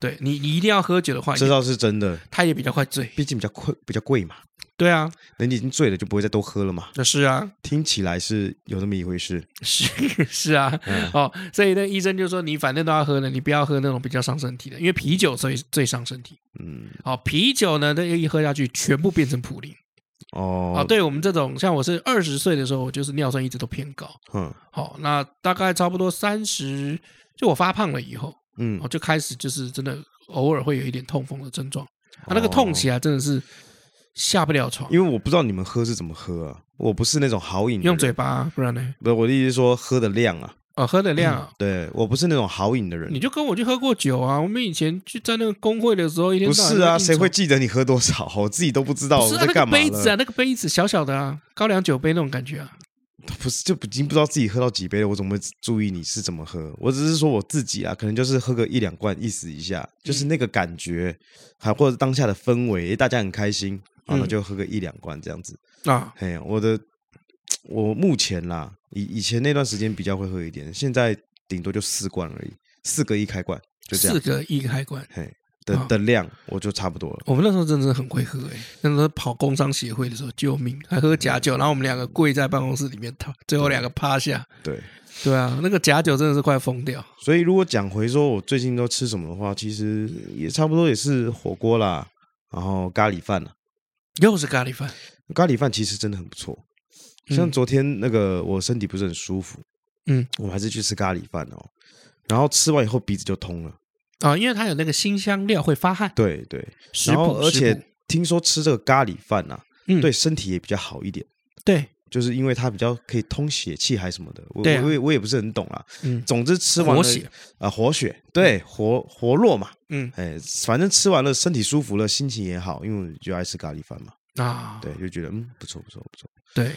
Speaker 3: 对你，你一定要喝酒的话，
Speaker 2: 这倒是啊真的。
Speaker 3: 它也比较快醉。
Speaker 2: 毕竟比较贵，比较贵嘛。
Speaker 3: 对啊，
Speaker 2: 等你已经醉了，就不会再多喝了嘛。
Speaker 3: 就是啊，
Speaker 2: 听起来是有那么一回事。
Speaker 3: 是是啊，
Speaker 2: 嗯
Speaker 3: 哦，所以那医生就说你反正都要喝的，你不要喝那种比较伤身体的，因为啤酒最最伤身体。
Speaker 2: 嗯，
Speaker 3: 哦，啤酒呢，它一喝下去全部变成普林。哦，
Speaker 2: 哦，
Speaker 3: 对我们这种，像我是二十岁的时候，我就是尿酸一直都偏高。
Speaker 2: 嗯
Speaker 3: 好、那大概差不多三十，就我发胖了以后，我、
Speaker 2: 嗯，
Speaker 3: 就开始就是真的偶尔会有一点痛风的症状，啊，那个痛起来真的是下不了床，
Speaker 2: 哦因为我不知道你们喝是怎么喝啊，我不是那种好饮的人，
Speaker 3: 用嘴巴、不然呢？
Speaker 2: 不是我的意思是说喝的量啊，
Speaker 3: 哦，喝的量啊、
Speaker 2: 对我不是那种好饮的
Speaker 3: 你
Speaker 2: 人。
Speaker 3: 就跟我去喝过酒啊！我们以前去在那个工会的时候，一天
Speaker 2: 不
Speaker 3: 到晚
Speaker 2: 是啊，
Speaker 3: 在那边应酬
Speaker 2: 谁会记得你喝多少？我自己都不知道
Speaker 3: 不
Speaker 2: 我
Speaker 3: 是啊，
Speaker 2: 在
Speaker 3: 那个
Speaker 2: 干嘛
Speaker 3: 杯子啊，
Speaker 2: 了。
Speaker 3: 那个杯子小小的啊，高粱酒杯那种感觉啊。
Speaker 2: 不是，就已经不知道自己喝到几杯了，我怎么会注意你是怎么喝？我只是说我自己啊，可能就是喝个一两罐，意思一下，
Speaker 3: 嗯
Speaker 2: 就是那个感觉，还或者当下的氛围，诶大家很开心，然后
Speaker 3: 嗯
Speaker 2: 就喝个一两罐这样子。
Speaker 3: 啊，
Speaker 2: 嘿，我的我目前啦，以以前那段时间比较会喝一点，现在顶多就四罐而已，四个一开罐就这
Speaker 3: 四
Speaker 2: 样
Speaker 3: 个一个开关。
Speaker 2: 的、
Speaker 3: 啊
Speaker 2: 的量，我就差不多了。
Speaker 3: 我们那时候真的是很会喝哎、那时候跑工商协会的时候，救命，还喝假酒，然后我们两个跪在办公室里面，他最后两个趴下。
Speaker 2: 对，
Speaker 3: 对啊，那个假酒真的是快疯掉。
Speaker 2: 所以如果讲回说我最近都吃什么的话，其实也差不多也是火锅啦，然后咖喱饭啦。
Speaker 3: 又是咖喱饭，
Speaker 2: 咖喱饭其实真的很不错，
Speaker 3: 嗯
Speaker 2: 像昨天那个我身体不是很舒服，
Speaker 3: 嗯，
Speaker 2: 我还是去吃咖喱饭哦，然后吃完以后鼻子就通了。
Speaker 3: 啊，因为它有那个辛香料会发汗，
Speaker 2: 对对，
Speaker 3: 食
Speaker 2: 然后
Speaker 3: 补，
Speaker 2: 而
Speaker 3: 食
Speaker 2: 且
Speaker 3: 补
Speaker 2: 听说吃这个咖喱饭啊，
Speaker 3: 嗯
Speaker 2: 对身体也比较好一点，
Speaker 3: 对，
Speaker 2: 就是因为它比较可以通血气还是什么的，我
Speaker 3: 对啊
Speaker 2: 我我也我也不是很懂啦。
Speaker 3: 嗯
Speaker 2: 总之吃完了
Speaker 3: 活血
Speaker 2: 啊、活血对活活络嘛，
Speaker 3: 嗯
Speaker 2: 哎，反正吃完了身体舒服了，心情也好，因为我就爱吃咖喱饭嘛，
Speaker 3: 啊，
Speaker 2: 对，就觉得嗯不错不错不错，
Speaker 3: 对，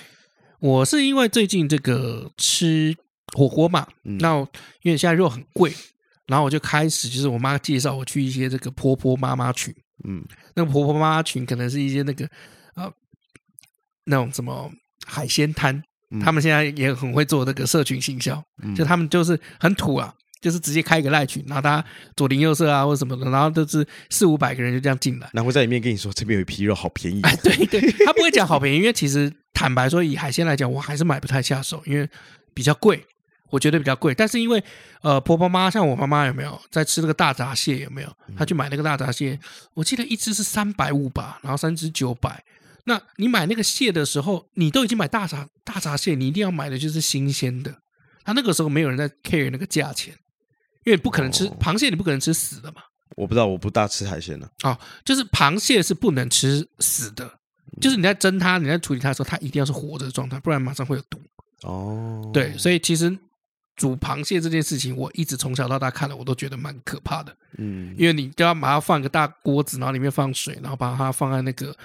Speaker 3: 我是因为最近这个吃火锅嘛，
Speaker 2: 嗯
Speaker 3: 那我因为现在肉很贵，然后我就开始就是我妈介绍我去一些这个婆婆妈妈群，
Speaker 2: 嗯
Speaker 3: 那个婆婆妈妈群可能是一些那个呃那种什么海鲜摊，
Speaker 2: 嗯
Speaker 3: 他们现在也很会做那个社群行销，就他们就是很土啊。就是直接开一个赖群，然后大家左邻右舍啊或者什么的，然后都是四五百个人就这样进来。
Speaker 2: 然后在里面跟你说这边有一批肉好便宜，啊
Speaker 3: 哎，对对，他不会讲好便宜，因为其实坦白说，以海鲜来讲，我还是买不太下手，因为比较贵，我觉得比较贵。但是因为呃，婆婆妈像我妈妈有没有在吃那个大闸蟹？有没有？她去买那个大闸蟹，我记得一只是三百五吧，然后三只九百。那你买那个蟹的时候，你都已经买大闸大闸蟹，你一定要买的就是新鲜的。他那个时候没有人在 care 那个价钱，因为不可能吃、
Speaker 2: 哦
Speaker 3: 螃蟹，你不可能吃死的嘛。
Speaker 2: 我不知道我不大吃海鲜了、啊
Speaker 3: 哦，就是螃蟹是不能吃死的，就是你在蒸它、你在处理它的时候，它一定要是活着的状态，不然马上会有毒。
Speaker 2: 哦，
Speaker 3: 对，所以其实煮螃蟹这件事情，我一直从小到大看了，我都觉得蛮可怕的，
Speaker 2: 嗯
Speaker 3: 因为你就要把它放个大锅子，然后里面放水，然后把它放在那个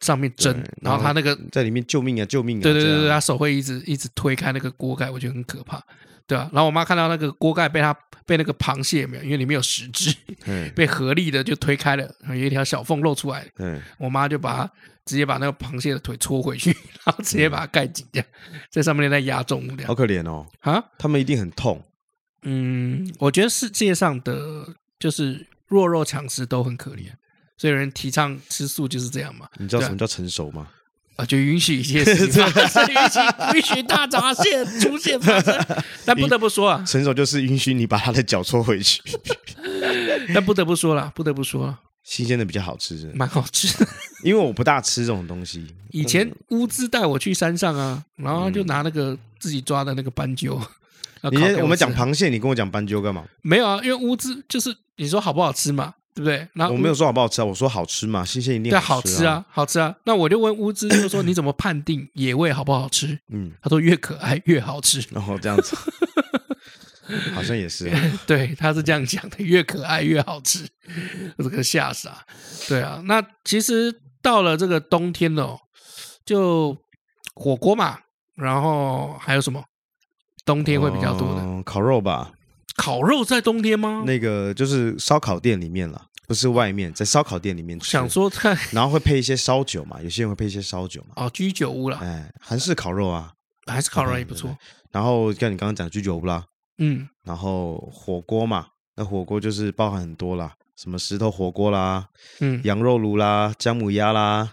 Speaker 3: 上面蒸
Speaker 2: 对，
Speaker 3: 然后它那个
Speaker 2: 在里面救命啊救命啊，
Speaker 3: 对对对
Speaker 2: 这
Speaker 3: 对，
Speaker 2: 样
Speaker 3: 他手会一直一直推开那个锅盖，我觉得很可怕，对啊，然后我妈看到那个锅盖被它被那个螃蟹有没有，因为里面有十只，
Speaker 2: 嗯
Speaker 3: 被合力的就推开了，然后有一条小缝露出来，
Speaker 2: 嗯
Speaker 3: 我妈就把它直接把那个螃蟹的腿戳回去， 然后直接把它盖紧，这样在上面再压重物这
Speaker 2: 好
Speaker 3: 样
Speaker 2: 可怜哦，
Speaker 3: 啊。
Speaker 2: 他们一定很痛，
Speaker 3: 嗯，我觉得世界上的就是弱肉强食都很可怜，所以有人提倡吃素就是这样嘛，
Speaker 2: 你知道
Speaker 3: 对啊
Speaker 2: 什么叫成熟吗？
Speaker 3: 啊，就允许一些事情发 生，允许允许大闸蟹出现发生。但不得不说啊，
Speaker 2: 成熟就是允许你把他的脚戳回去，
Speaker 3: 但不得不说了，不得不说了，
Speaker 2: 新鲜的比较好吃，真的
Speaker 3: 蛮好吃的。
Speaker 2: 因为我不大吃这种东西。
Speaker 3: 以前
Speaker 2: 嗯
Speaker 3: 乌兹带我去山上啊，然后他就拿那个自己抓的那个斑鸠。 要
Speaker 2: 你
Speaker 3: 啊烤给
Speaker 2: 先我们
Speaker 3: 吃
Speaker 2: 讲螃蟹，你跟我讲斑鸠干嘛？
Speaker 3: 没有啊，因为乌兹就是你说好不好吃嘛，对不对？然后
Speaker 2: 我没有说好不好吃啊，我说好吃嘛，新鲜一定
Speaker 3: 对
Speaker 2: 好
Speaker 3: 好吃
Speaker 2: 啊。
Speaker 3: 啊，好吃啊。那我就问乌兹，就说你怎么判定野味好不好吃？
Speaker 2: 嗯，
Speaker 3: 他说越可爱越 好吃，
Speaker 2: 然后这样子，好像也 是。
Speaker 3: 对，他是这样讲的，越可爱越好吃，我这个吓傻。对啊，那其实到了这个冬天了哦，就火锅嘛，然后还有什么？冬天会比较多的、
Speaker 2: 嗯烤肉吧，
Speaker 3: 烤肉在冬天吗？
Speaker 2: 哦那个就是烧烤店里面啦，不是外面，在烧烤店里面吃。
Speaker 3: 想说 看
Speaker 2: 然后会配一些烧酒嘛，有些人会配一些烧酒嘛。
Speaker 3: 哦，居酒屋啦，
Speaker 2: 哎，韩式烤肉啊，
Speaker 3: 还是烤肉也不错。
Speaker 2: 然后像你刚刚讲居酒屋啦，
Speaker 3: 嗯，
Speaker 2: 然后火锅嘛，那火锅就是包含很多啦，什么石头火锅啦、
Speaker 3: 嗯，
Speaker 2: 羊肉炉啦、姜母鸭啦，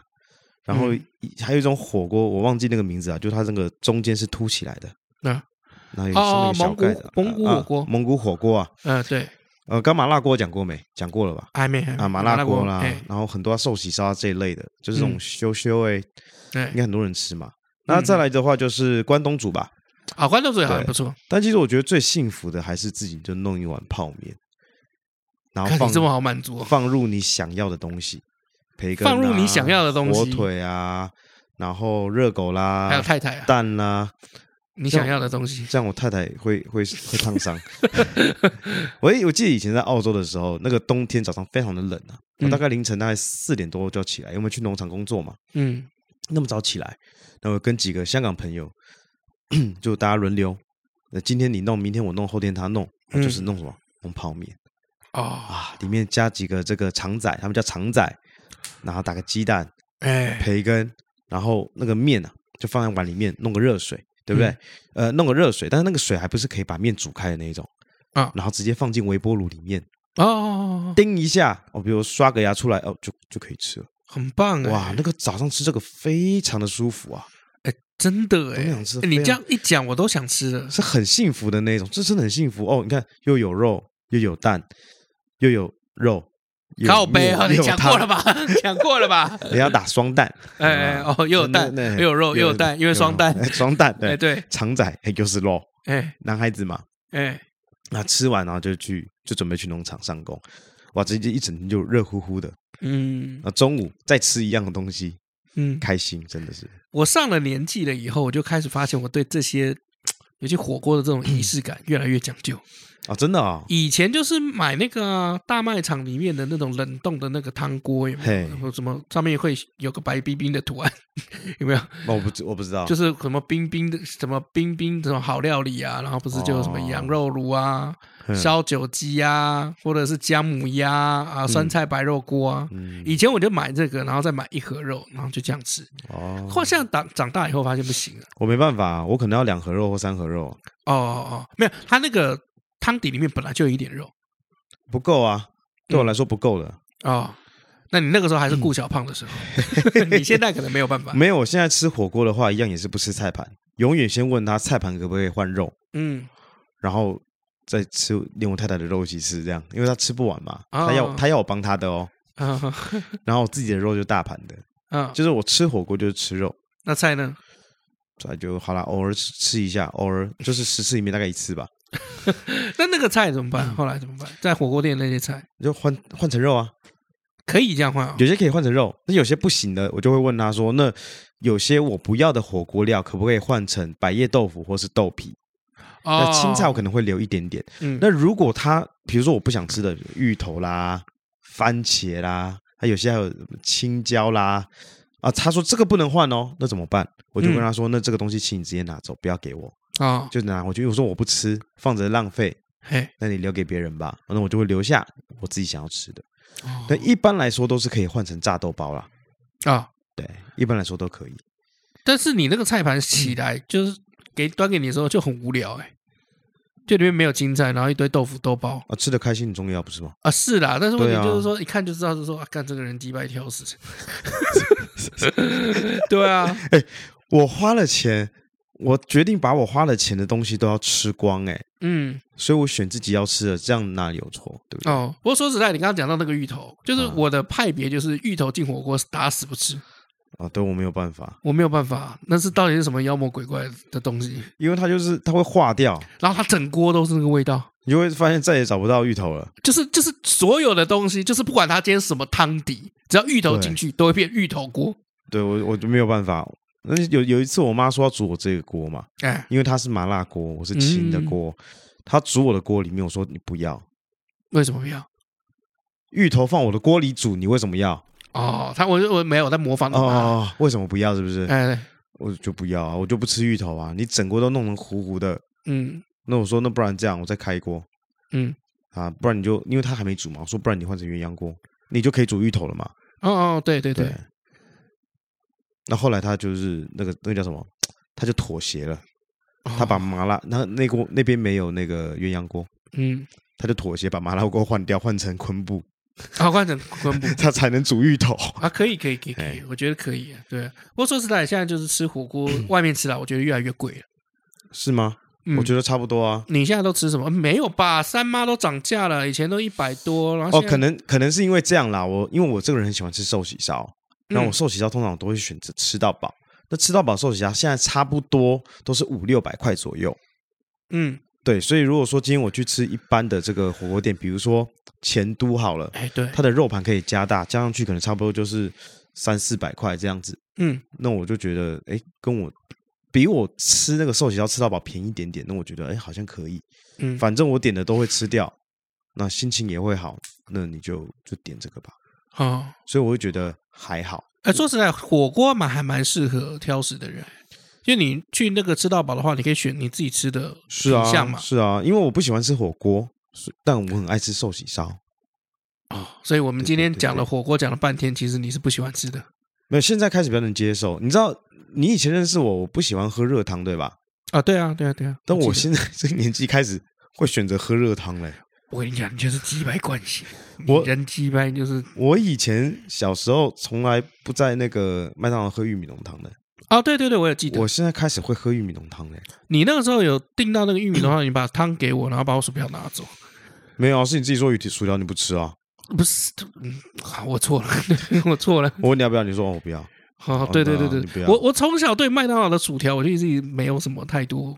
Speaker 2: 然后
Speaker 3: 嗯
Speaker 2: 一还有一种火锅，我忘记那个名字啊，就它那个中间是凸起来的，
Speaker 3: 啊，
Speaker 2: 然后有
Speaker 3: 哦
Speaker 2: 上面有小
Speaker 3: 蒙古
Speaker 2: 盖的，
Speaker 3: 蒙古火锅
Speaker 2: 啊蒙古火锅啊，
Speaker 3: 呃，对，
Speaker 2: 呃，刚麻辣锅讲过没？讲过了吧？
Speaker 3: 还没
Speaker 2: 啊，麻辣锅啦
Speaker 3: 哎，
Speaker 2: 然后很多寿喜烧啊这一类的，就是这种
Speaker 3: 嗯
Speaker 2: 修修哎，应
Speaker 3: 哎，
Speaker 2: 该很多人吃嘛。那再来的话就是关东煮吧，
Speaker 3: 啊，关东煮也还
Speaker 2: 对
Speaker 3: 不错。
Speaker 2: 但其实我觉得最幸福的还是自己就弄一碗泡面，然后
Speaker 3: 看
Speaker 2: 放
Speaker 3: 你这么好满足哦，
Speaker 2: 放入你想要的东西，培根、啊、
Speaker 3: 放入你想要的东西
Speaker 2: 火腿啊，然后热狗啦，
Speaker 3: 还有太太啊，
Speaker 2: 蛋啦、
Speaker 3: 你想要的东西，
Speaker 2: 这样我太太会会会烫伤。 我我记得以前在澳洲的时候，那个冬天早上非常的冷啊，我
Speaker 3: 嗯
Speaker 2: 大概凌晨大概四点多就要起来，因为我们去农场工作嘛，
Speaker 3: 嗯
Speaker 2: 那么早起来，然后跟几个香港朋友 就大家轮流，那今天你弄，明天我弄，后天他弄，
Speaker 3: 嗯
Speaker 2: 就是弄什么弄泡面
Speaker 3: 哦，
Speaker 2: 啊，里面加几个这个肠仔，他们叫肠仔，然后打个鸡蛋、
Speaker 3: 哎，
Speaker 2: 培根，然后那个面啊就放在碗里面，弄个热水，对不对？
Speaker 3: 嗯
Speaker 2: 呃，弄个热水，但是那个水还不是可以把面煮开的那一种
Speaker 3: 啊
Speaker 2: 然后直接放进微波炉里面
Speaker 3: 哦哦，哦
Speaker 2: 叮一下，哦，比如刷个牙出来，哦，就就可以吃了。
Speaker 3: 很棒哎，
Speaker 2: 哇，那个早上吃这个非常的舒服啊，
Speaker 3: 真的
Speaker 2: 我
Speaker 3: 哎
Speaker 2: 想吃，
Speaker 3: 哎你
Speaker 2: 非
Speaker 3: 这
Speaker 2: 常
Speaker 3: 样一讲，我都想吃了。
Speaker 2: 是很幸福的那一种，这真的很幸福哦。你看，又有肉，又有蛋，又有肉，又有
Speaker 3: 靠背
Speaker 2: 面
Speaker 3: 啊，你
Speaker 2: 又有
Speaker 3: 讲
Speaker 2: 汤
Speaker 3: 过了吧？ 讲过了吧？
Speaker 2: 人家打双蛋，
Speaker 3: 哎哎
Speaker 2: 啊
Speaker 3: 哦， 又有蛋，
Speaker 2: 那那
Speaker 3: 又有肉，又有蛋，因为双蛋。
Speaker 2: 哎 双蛋
Speaker 3: 哎，
Speaker 2: 对，
Speaker 3: 对，
Speaker 2: 肠仔哎又是肉，
Speaker 3: 哎
Speaker 2: 男孩子嘛，
Speaker 3: 哎，
Speaker 2: 那吃完然后就去就准备去农场上工，哇，直接一整天就热乎乎的。
Speaker 3: 嗯
Speaker 2: 那中午再吃一样的东西，
Speaker 3: 嗯，
Speaker 2: 开心真的是
Speaker 3: 我上了年纪了以后，我就开始发现我对这些，尤其火锅的这种仪式感越来越讲究。
Speaker 2: 啊，真的啊，
Speaker 3: 以前就是买那个啊大卖场里面的那种冷冻的那个汤锅，有没
Speaker 2: 嘿
Speaker 3: 有？或什么上面会有个白冰冰的图案， 有没有？
Speaker 2: 哦我不知我不知道，
Speaker 3: 就是是什么冰冰的什么冰冰这种好料理啊，然后不是就有什么
Speaker 2: 哦
Speaker 3: 羊肉炉啊、烧酒鸡啊，或者是姜母鸭啊、酸菜白肉锅啊。
Speaker 2: 嗯
Speaker 3: 以前我就买这个，然后再买一盒肉，然后就这样吃。
Speaker 2: 哦，
Speaker 3: 后来现在长长大以后发现不行了。
Speaker 2: 我没办法啊，我可能要两盒肉或三盒肉啊
Speaker 3: 哦哦，哦，没有，它那个汤底里面本来就有一点肉
Speaker 2: 不够啊，对
Speaker 3: 嗯
Speaker 2: 我来说不够的。
Speaker 3: 哦。那你那个时候
Speaker 2: 嗯
Speaker 3: 还是顾小胖的时候， 你现在可能没有办法。
Speaker 2: 没有，我现在吃火锅的话，一样也是不吃菜盘，永远先问他菜盘可不可以换肉，
Speaker 3: 嗯，
Speaker 2: 然后再吃连我太太的肉一起吃，这样，因为她吃不完嘛，
Speaker 3: 哦
Speaker 2: 她要她要我帮她的哦，
Speaker 3: 啊
Speaker 2: 然后我自己的肉就大盘的，
Speaker 3: 啊，
Speaker 2: 就是我吃火锅就是吃肉，
Speaker 3: 那菜呢？
Speaker 2: 所以就好啦，偶尔吃吃一下，偶尔就是十次里面大概一次吧，
Speaker 3: 那那个菜怎
Speaker 2: 嗯
Speaker 3: 么办？后来怎么办？在火锅店那些菜
Speaker 2: 就换换成肉啊，
Speaker 3: 可以这样换啊？
Speaker 2: 有些可以换成肉，那有些不行的，我就会问她说，那有些我不要的火锅料可不可以换成百叶豆腐或是豆皮？那
Speaker 3: 哦，
Speaker 2: 呃青菜我可能会留一点点。
Speaker 3: 嗯
Speaker 2: 那如果他比如说我不想吃的芋头啦、番茄啦，还有些还有青椒啦，啊，他说这个不能换哦，那怎么办？我就跟他说，那这个东西请你直接拿走，不要给我，
Speaker 3: 哦，
Speaker 2: 就拿回去。因为我说我不吃，放着浪费，
Speaker 3: 嘿，
Speaker 2: 那你留给别人吧。那我就会留下我自己想要吃的。
Speaker 3: 哦
Speaker 2: 但一般来说都是可以换成炸豆包啦，
Speaker 3: 啊，
Speaker 2: 对，一般来说都可以。
Speaker 3: 但是你那个菜盘起来就是给端给你的时候就很无聊哎，就里面没有青菜，然后一堆豆腐豆包，
Speaker 2: 啊，吃的开心很重要，不是吗？
Speaker 3: 啊，是啦，但是问
Speaker 2: 对
Speaker 3: 题
Speaker 2: 啊
Speaker 3: 就是说，一看就知道是说，啊，干这个人鸡巴挑食。 对啊，
Speaker 2: 我花了钱，我决定把我花了钱的东西都要吃光、欸，
Speaker 3: 嗯，
Speaker 2: 所以我选自己要吃的，这样哪里有错？对不对？
Speaker 3: 哦，不过说实在，你刚刚讲到那个芋头，就是
Speaker 2: 啊
Speaker 3: 我的派别就是芋头进火锅是打死不吃，
Speaker 2: 啊，对我没有办法，
Speaker 3: 我没有办法，那是到底是什么妖魔鬼怪的东西？
Speaker 2: 因为它就是它会化掉，
Speaker 3: 然后它整锅都是那个味道，
Speaker 2: 你就会发现再也找不到芋头了。
Speaker 3: 就是就是所有的东西，就是不管它今天是什么汤底，只要芋头进去都会变芋头锅。
Speaker 2: 对我，我就没有办法。那有有一次，我妈说要煮我这个锅嘛，
Speaker 3: 哎，
Speaker 2: 因为它是麻辣锅，我是清的锅，她煮我的锅里面，我说你不要
Speaker 3: 为什么不要？
Speaker 2: 芋头放我的锅里煮，你为什么要？
Speaker 3: 哦，他我我没有我在模仿你嘛。
Speaker 2: 哦，为什么不要？是不是？
Speaker 3: 哎，
Speaker 2: 我就不要啊，我就不吃芋头啊，你整锅都弄成糊糊的。
Speaker 3: 嗯，
Speaker 2: 那我说，那不然这样，我再开锅，
Speaker 3: 嗯，
Speaker 2: 啊，不然你就因为它还没煮嘛，我说不然你换成鸳鸯锅，你就可以煮芋头了嘛。
Speaker 3: 哦哦，对对对，
Speaker 2: 那后来他就是那个那个叫什么，他就妥协了，
Speaker 3: 哦
Speaker 2: 他把麻辣那那锅那边没有那个鸳鸯锅，
Speaker 3: 嗯，
Speaker 2: 他就妥协把麻辣锅换掉，换成昆布，
Speaker 3: 好换成昆布
Speaker 2: 他才能煮芋头。
Speaker 3: 啊，可以可以可以可以
Speaker 2: 哎，
Speaker 3: 我觉得可以。啊对，不过说实在，现在就是吃 火锅，外面吃了，我觉得越来越贵了。
Speaker 2: 是吗？
Speaker 3: 嗯
Speaker 2: 我觉得差不多啊。
Speaker 3: 你现在都吃什么？没有吧？三妈都涨价了，以前都一百多，然后
Speaker 2: 哦，
Speaker 3: 现在
Speaker 2: 可能可能是因为这样啦，我因为我这个人很喜欢吃寿喜烧，那我
Speaker 3: 嗯
Speaker 2: 寿喜烧通常我都会选择吃到饱。那吃到饱寿喜烧现在差不多都是五六百块左右，
Speaker 3: 嗯，
Speaker 2: 对，所以如果说今天我去吃一般的这个火锅店，比如说前都好了，
Speaker 3: 哎，对，
Speaker 2: 它的肉盘可以加大，加上去可能差不多就是三四百块这样子。
Speaker 3: 嗯，
Speaker 2: 那我就觉得，哎，跟我比我吃那个寿喜烧吃到饱便宜一点点，那我觉得，哎，好像可以。
Speaker 3: 嗯
Speaker 2: 反正我点的都会吃掉，那心情也会好，那你就就点这个吧。
Speaker 3: 哦，
Speaker 2: 所以我会觉得还好。
Speaker 3: 哎，说实在，火锅嘛还蛮适合挑食的人，因为你去那个吃到饱的话，你可以选你自己吃的
Speaker 2: 是
Speaker 3: 品相
Speaker 2: 啊，
Speaker 3: 嘛，
Speaker 2: 是啊，因为我不喜欢吃火锅，所以但我很爱吃寿喜烧。啊
Speaker 3: 哦所以我们
Speaker 2: 对
Speaker 3: 今天
Speaker 2: 对对
Speaker 3: 讲了
Speaker 2: 对
Speaker 3: 火锅，讲了半天，其实你是不喜欢吃的
Speaker 2: 没有，现在开始比较能接受。你知道，你以前认识我，我不喜欢喝热汤，对吧？
Speaker 3: 啊？对啊，对啊，对啊。
Speaker 2: 但我
Speaker 3: 记得
Speaker 2: 现在这个年纪开始会选择喝热汤嘞。
Speaker 3: 我跟你讲，你就是鸡掰惯性，
Speaker 2: 我
Speaker 3: 你人鸡掰就是
Speaker 2: 我以前小时候从来不在那个麦当劳喝玉米浓汤的，
Speaker 3: 啊，对对对，我有记得
Speaker 2: 我，现在开始会喝玉米浓汤嘞。
Speaker 3: 你那个时候有订到那个玉米的话，你把汤给我，然后把我鼠标拿走。
Speaker 2: 没有啊，是你自己说鱼薯条你不吃啊？
Speaker 3: 不是，嗯，好，我错了， 我错了。
Speaker 2: 我问你要不要，你说哦我不要。
Speaker 3: 好，
Speaker 2: 好
Speaker 3: 对对对
Speaker 2: 那你不
Speaker 3: 对，
Speaker 2: 要
Speaker 3: 我我从小对麦当劳的薯条，我就一直没有什么太多，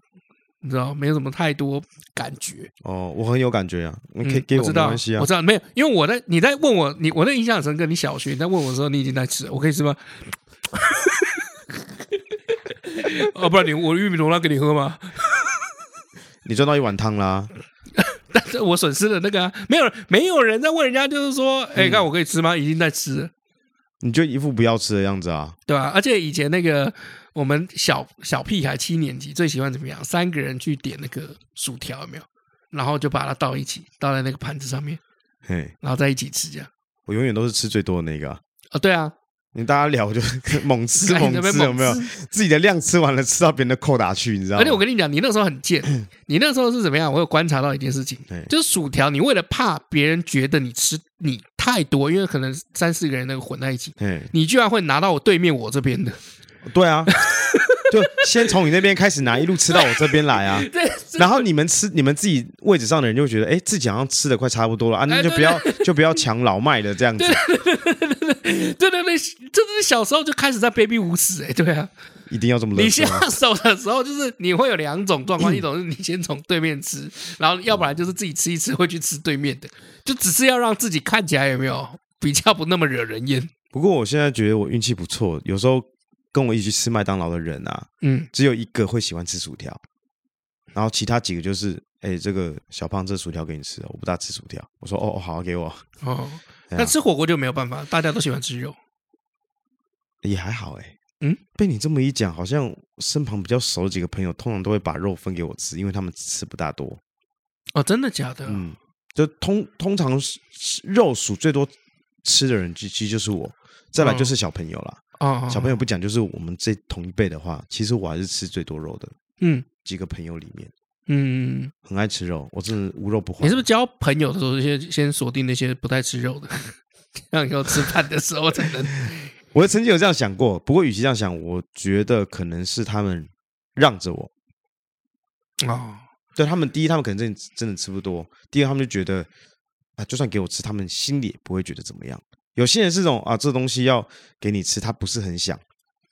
Speaker 3: 你知道，没有什么太多感觉。
Speaker 2: 哦，我很有感觉啊，你
Speaker 3: 嗯
Speaker 2: 可以给
Speaker 3: 我
Speaker 2: 我
Speaker 3: 知
Speaker 2: 没
Speaker 3: 道，
Speaker 2: 关系啊
Speaker 3: 我。知道没有，因为我在你在问我，你我的印象很深刻。你小学你在问我的时候，你已经在吃了，我可以吃吗？ 哦，不然你我的玉米浓汤给你喝吗？
Speaker 2: 你赚到一碗汤啦，
Speaker 3: 但是我损失了那个、啊，没有没有人在问人家，就是说，
Speaker 2: 嗯
Speaker 3: 哎，看我可以吃吗？已经在吃了。
Speaker 2: 你就一副不要吃的样子啊。
Speaker 3: 对吧、而且以前那个我们小小屁孩七年级最喜欢怎么样？三个人去点那个薯条，有没有？然后就把它倒一起，倒在那个盘子上面，
Speaker 2: 嘿，
Speaker 3: 然后在一起吃这样。
Speaker 2: 我永远都是吃最多的那个啊。
Speaker 3: 哦，对啊，
Speaker 2: 你大家聊就是 猛 吃
Speaker 3: 哎
Speaker 2: 猛
Speaker 3: 那边
Speaker 2: 吃，
Speaker 3: 猛
Speaker 2: 有没有
Speaker 3: 吃？
Speaker 2: 自己的量吃完了，吃到别人的扣打去，你知道吗？
Speaker 3: 而且我跟你讲，你那时候很贱， 你那时候是怎么样？我有观察到一件事情
Speaker 2: 对，
Speaker 3: 就是薯条，你为了怕别人觉得你吃你太多，因为可能三四个人那个混在一起，
Speaker 2: 嘿，
Speaker 3: 你居然会拿到我对面我这边的，
Speaker 2: 对啊，就先从你那边开始拿，一路吃到我这边来 啊。
Speaker 3: 对，
Speaker 2: 然后你们吃，你们自己位置上的人就会觉得，哎，自己好像吃的快差不多了啊，那
Speaker 3: 哎
Speaker 2: 就
Speaker 3: 对
Speaker 2: 不要就不要抢老麦的这样子。
Speaker 3: 对对 对，就是小时候就开始在卑鄙无耻，哎，对啊，
Speaker 2: 一定要这么
Speaker 3: 你
Speaker 2: 乐观
Speaker 3: 下
Speaker 2: 啊。
Speaker 3: 手的时候，就是你会有两种状况，
Speaker 2: 嗯
Speaker 3: 一种是你先从对面吃，然后要不然就是自己吃一吃会去吃对面的，就只是要让自己看起来有没有比较不那么惹人厌。
Speaker 2: 不过我现在觉得我运气不错，有时候跟我一起去吃麦当劳的人啊，
Speaker 3: 嗯，
Speaker 2: 只有一个会喜欢吃薯条，然后其他几个就是，哎，这个小胖这薯条给你吃哦，我不大吃薯条。我说哦哦好啊，给我
Speaker 3: 哦，
Speaker 2: 对啊
Speaker 3: 那吃火锅就没有办法，大家都喜欢吃肉。
Speaker 2: 也还好哎。
Speaker 3: 嗯，
Speaker 2: 被你这么一讲，好像身旁比较熟的几个朋友，通常都会把肉分给我吃，因为他们吃不大多。
Speaker 3: 哦，真的假的？
Speaker 2: 嗯，就通通常是是肉属最多吃的人，其其实就是我。再
Speaker 3: 嗯
Speaker 2: 来就是小朋友啦，
Speaker 3: 哦，
Speaker 2: 小朋友不讲，就是我们这同一辈的话，其实我还是吃最多肉的
Speaker 3: 嗯
Speaker 2: 几个朋友里面，
Speaker 3: 嗯，
Speaker 2: 很爱吃肉，我真的无肉不欢。
Speaker 3: 你是不是交朋友的时候先先锁定那些不太吃肉的， 让以后吃饭的时候才能？
Speaker 2: 我曾经有这样想过，不过与其这样想，我觉得可能是他们让着我。
Speaker 3: 哦，
Speaker 2: 对他们，第一，他们可能真的真的吃不多；第二，他们就觉得啊，就算给我吃，他们心里也不会觉得怎么样。有些人是这种啊，这东西要给你吃，他不是很想，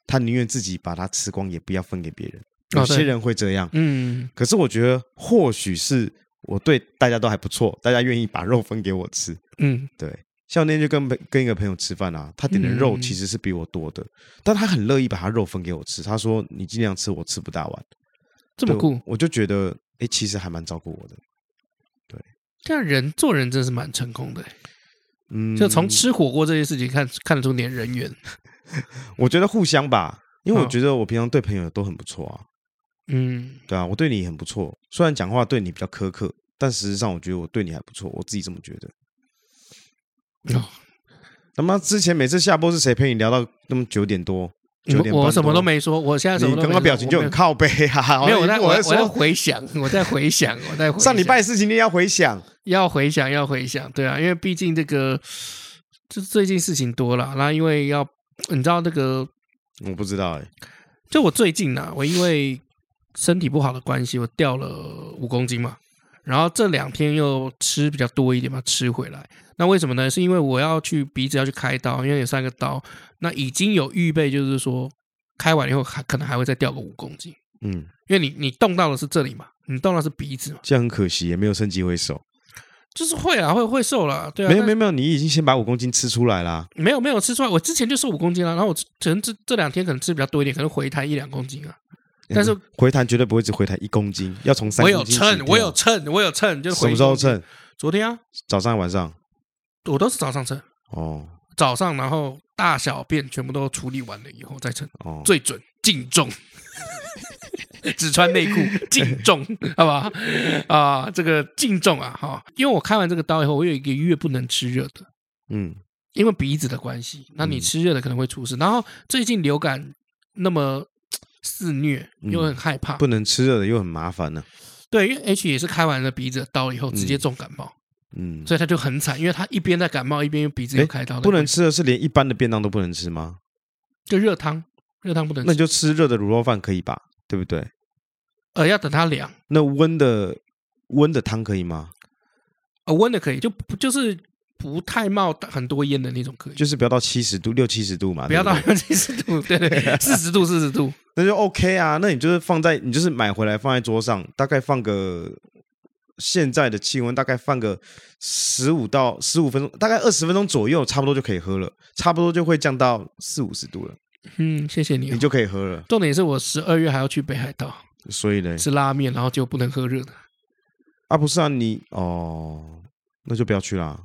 Speaker 2: 他宁愿自己把它吃光，也不要分给别人。
Speaker 3: 哦
Speaker 2: 有些
Speaker 3: 对
Speaker 2: 人会这样，
Speaker 3: 嗯，
Speaker 2: 可是我觉得或许是我对大家都还不错，大家愿意把肉分给我吃。
Speaker 3: 嗯
Speaker 2: 对，像我那天就跟朋跟一个朋友吃饭啊，他点的肉
Speaker 3: 嗯
Speaker 2: 其实是比我多的，但他很乐意把他肉分给我吃。他说：“你尽量吃，我吃不大碗。”
Speaker 3: 这么
Speaker 2: 对
Speaker 3: 酷，
Speaker 2: 我就觉得哎、诶其实还蛮照顾我的。
Speaker 3: 这样人做人真是蛮成功的。
Speaker 2: 嗯，
Speaker 3: 就从吃火锅这件事情看看得出你的人缘。
Speaker 2: 我觉得互相吧，因为我
Speaker 3: 嗯
Speaker 2: 觉得我平常对朋友都很不错啊，
Speaker 3: 嗯，
Speaker 2: 对啊，我对你也很不错，虽然讲话对你比较苛刻，但实际上，我觉得我对你还不错，我自己这么觉得。
Speaker 3: 哦
Speaker 2: 他妈之前每次下播是谁陪你聊到那么九点多？九点半
Speaker 3: 我我什么
Speaker 2: 多
Speaker 3: 都没说，我现在什
Speaker 2: 你
Speaker 3: 么都没
Speaker 2: 刚刚表情就很
Speaker 3: 说
Speaker 2: 靠背啊！
Speaker 3: 我没有没有，我在
Speaker 2: 我
Speaker 3: 我在我在
Speaker 2: 说
Speaker 3: 回想， 我在回想，我在回
Speaker 2: 上礼
Speaker 3: 想
Speaker 2: 拜的事情你要回想，
Speaker 3: 要回想，要回想，对啊，因为毕竟这个就最近事情多了，那因为要你知道这个，
Speaker 2: 我不知道哎，
Speaker 3: 就我最近啊，我因为身体不好的关系，我掉了五公斤嘛，然后这两天又吃比较多一点嘛，吃回来。那为什么呢？是因为我要去鼻子要去开刀，因为有三个刀，那已经有预备，就是说开完以后还可能还会再掉个五公斤，
Speaker 2: 嗯，
Speaker 3: 因为你你动到的是这里嘛，你动到的是鼻子嘛，
Speaker 2: 这样很可惜，也没有升级回手。
Speaker 3: 就是会啊，会会瘦啦，对啊，
Speaker 2: 没有
Speaker 3: 但
Speaker 2: 没有没有，你已经先把五公斤吃出来啦。
Speaker 3: 没有没有吃出来，我之前就瘦五公斤了，啊然后我可能这这两天可能吃比较多一点，可能回弹一两公斤啊。但是
Speaker 2: 嗯回弹绝对不会只回弹一公斤，要从三
Speaker 3: 我
Speaker 2: 公
Speaker 3: 有
Speaker 2: 斤起
Speaker 3: 称，
Speaker 2: 跳
Speaker 3: 我有称，我有称，就是
Speaker 2: 什
Speaker 3: 回
Speaker 2: 么时候
Speaker 3: 公斤？
Speaker 2: 称？
Speaker 3: 昨天啊，
Speaker 2: 早上晚上？
Speaker 3: 我都是早上称，
Speaker 2: 哦
Speaker 3: 早上然后大小便全部都处理完了以后再称，
Speaker 2: 哦，
Speaker 3: 最准净重。 只穿内裤，净重，好吧？啊，这个净重啊，哈，因为我开完这个刀以后，我有一个月不能吃热的，
Speaker 2: 嗯
Speaker 3: 因为鼻子的关系，那你
Speaker 2: 嗯
Speaker 3: 吃热的可能会出事。然后最近流感那么肆虐，
Speaker 2: 嗯
Speaker 3: 又很害怕，
Speaker 2: 不能吃热的又很麻烦呢、
Speaker 3: 对，因为 H 也是开完了鼻子的刀以后直接中感冒，
Speaker 2: 嗯，
Speaker 3: 所以他就很惨，因为他一边在感冒，一边又鼻子又开刀的，
Speaker 2: 不能吃的是连一般的便当都不能吃吗？
Speaker 3: 就热汤，热汤不能
Speaker 2: 那你
Speaker 3: 吃，
Speaker 2: 就吃热的卤肉饭可以吧？对不对？
Speaker 3: 呃，要等它凉，
Speaker 2: 那温的温的汤可以吗？
Speaker 3: 呃，温的可以，就不就是不太冒很多烟的那种可以，
Speaker 2: 就是不要到七十度，六七十度嘛，
Speaker 3: 不要到
Speaker 2: 对对
Speaker 3: 七十度， 对对，四十度四十度，
Speaker 2: 那就 OK 啊。那你就是放在，你就是买回来放在桌上，大概放个现在的气温大概放个十五到十五分钟，大概二十分钟左右，差不多就可以喝了，差不多就会降到四五十度了，
Speaker 3: 嗯，谢谢你哦、
Speaker 2: 你就可以喝了。
Speaker 3: 重点是我十二月还要去北海道
Speaker 2: 所以呢，
Speaker 3: 吃拉面，然后就不能喝热的。
Speaker 2: 啊不是啊，你哦，那就不要去啦，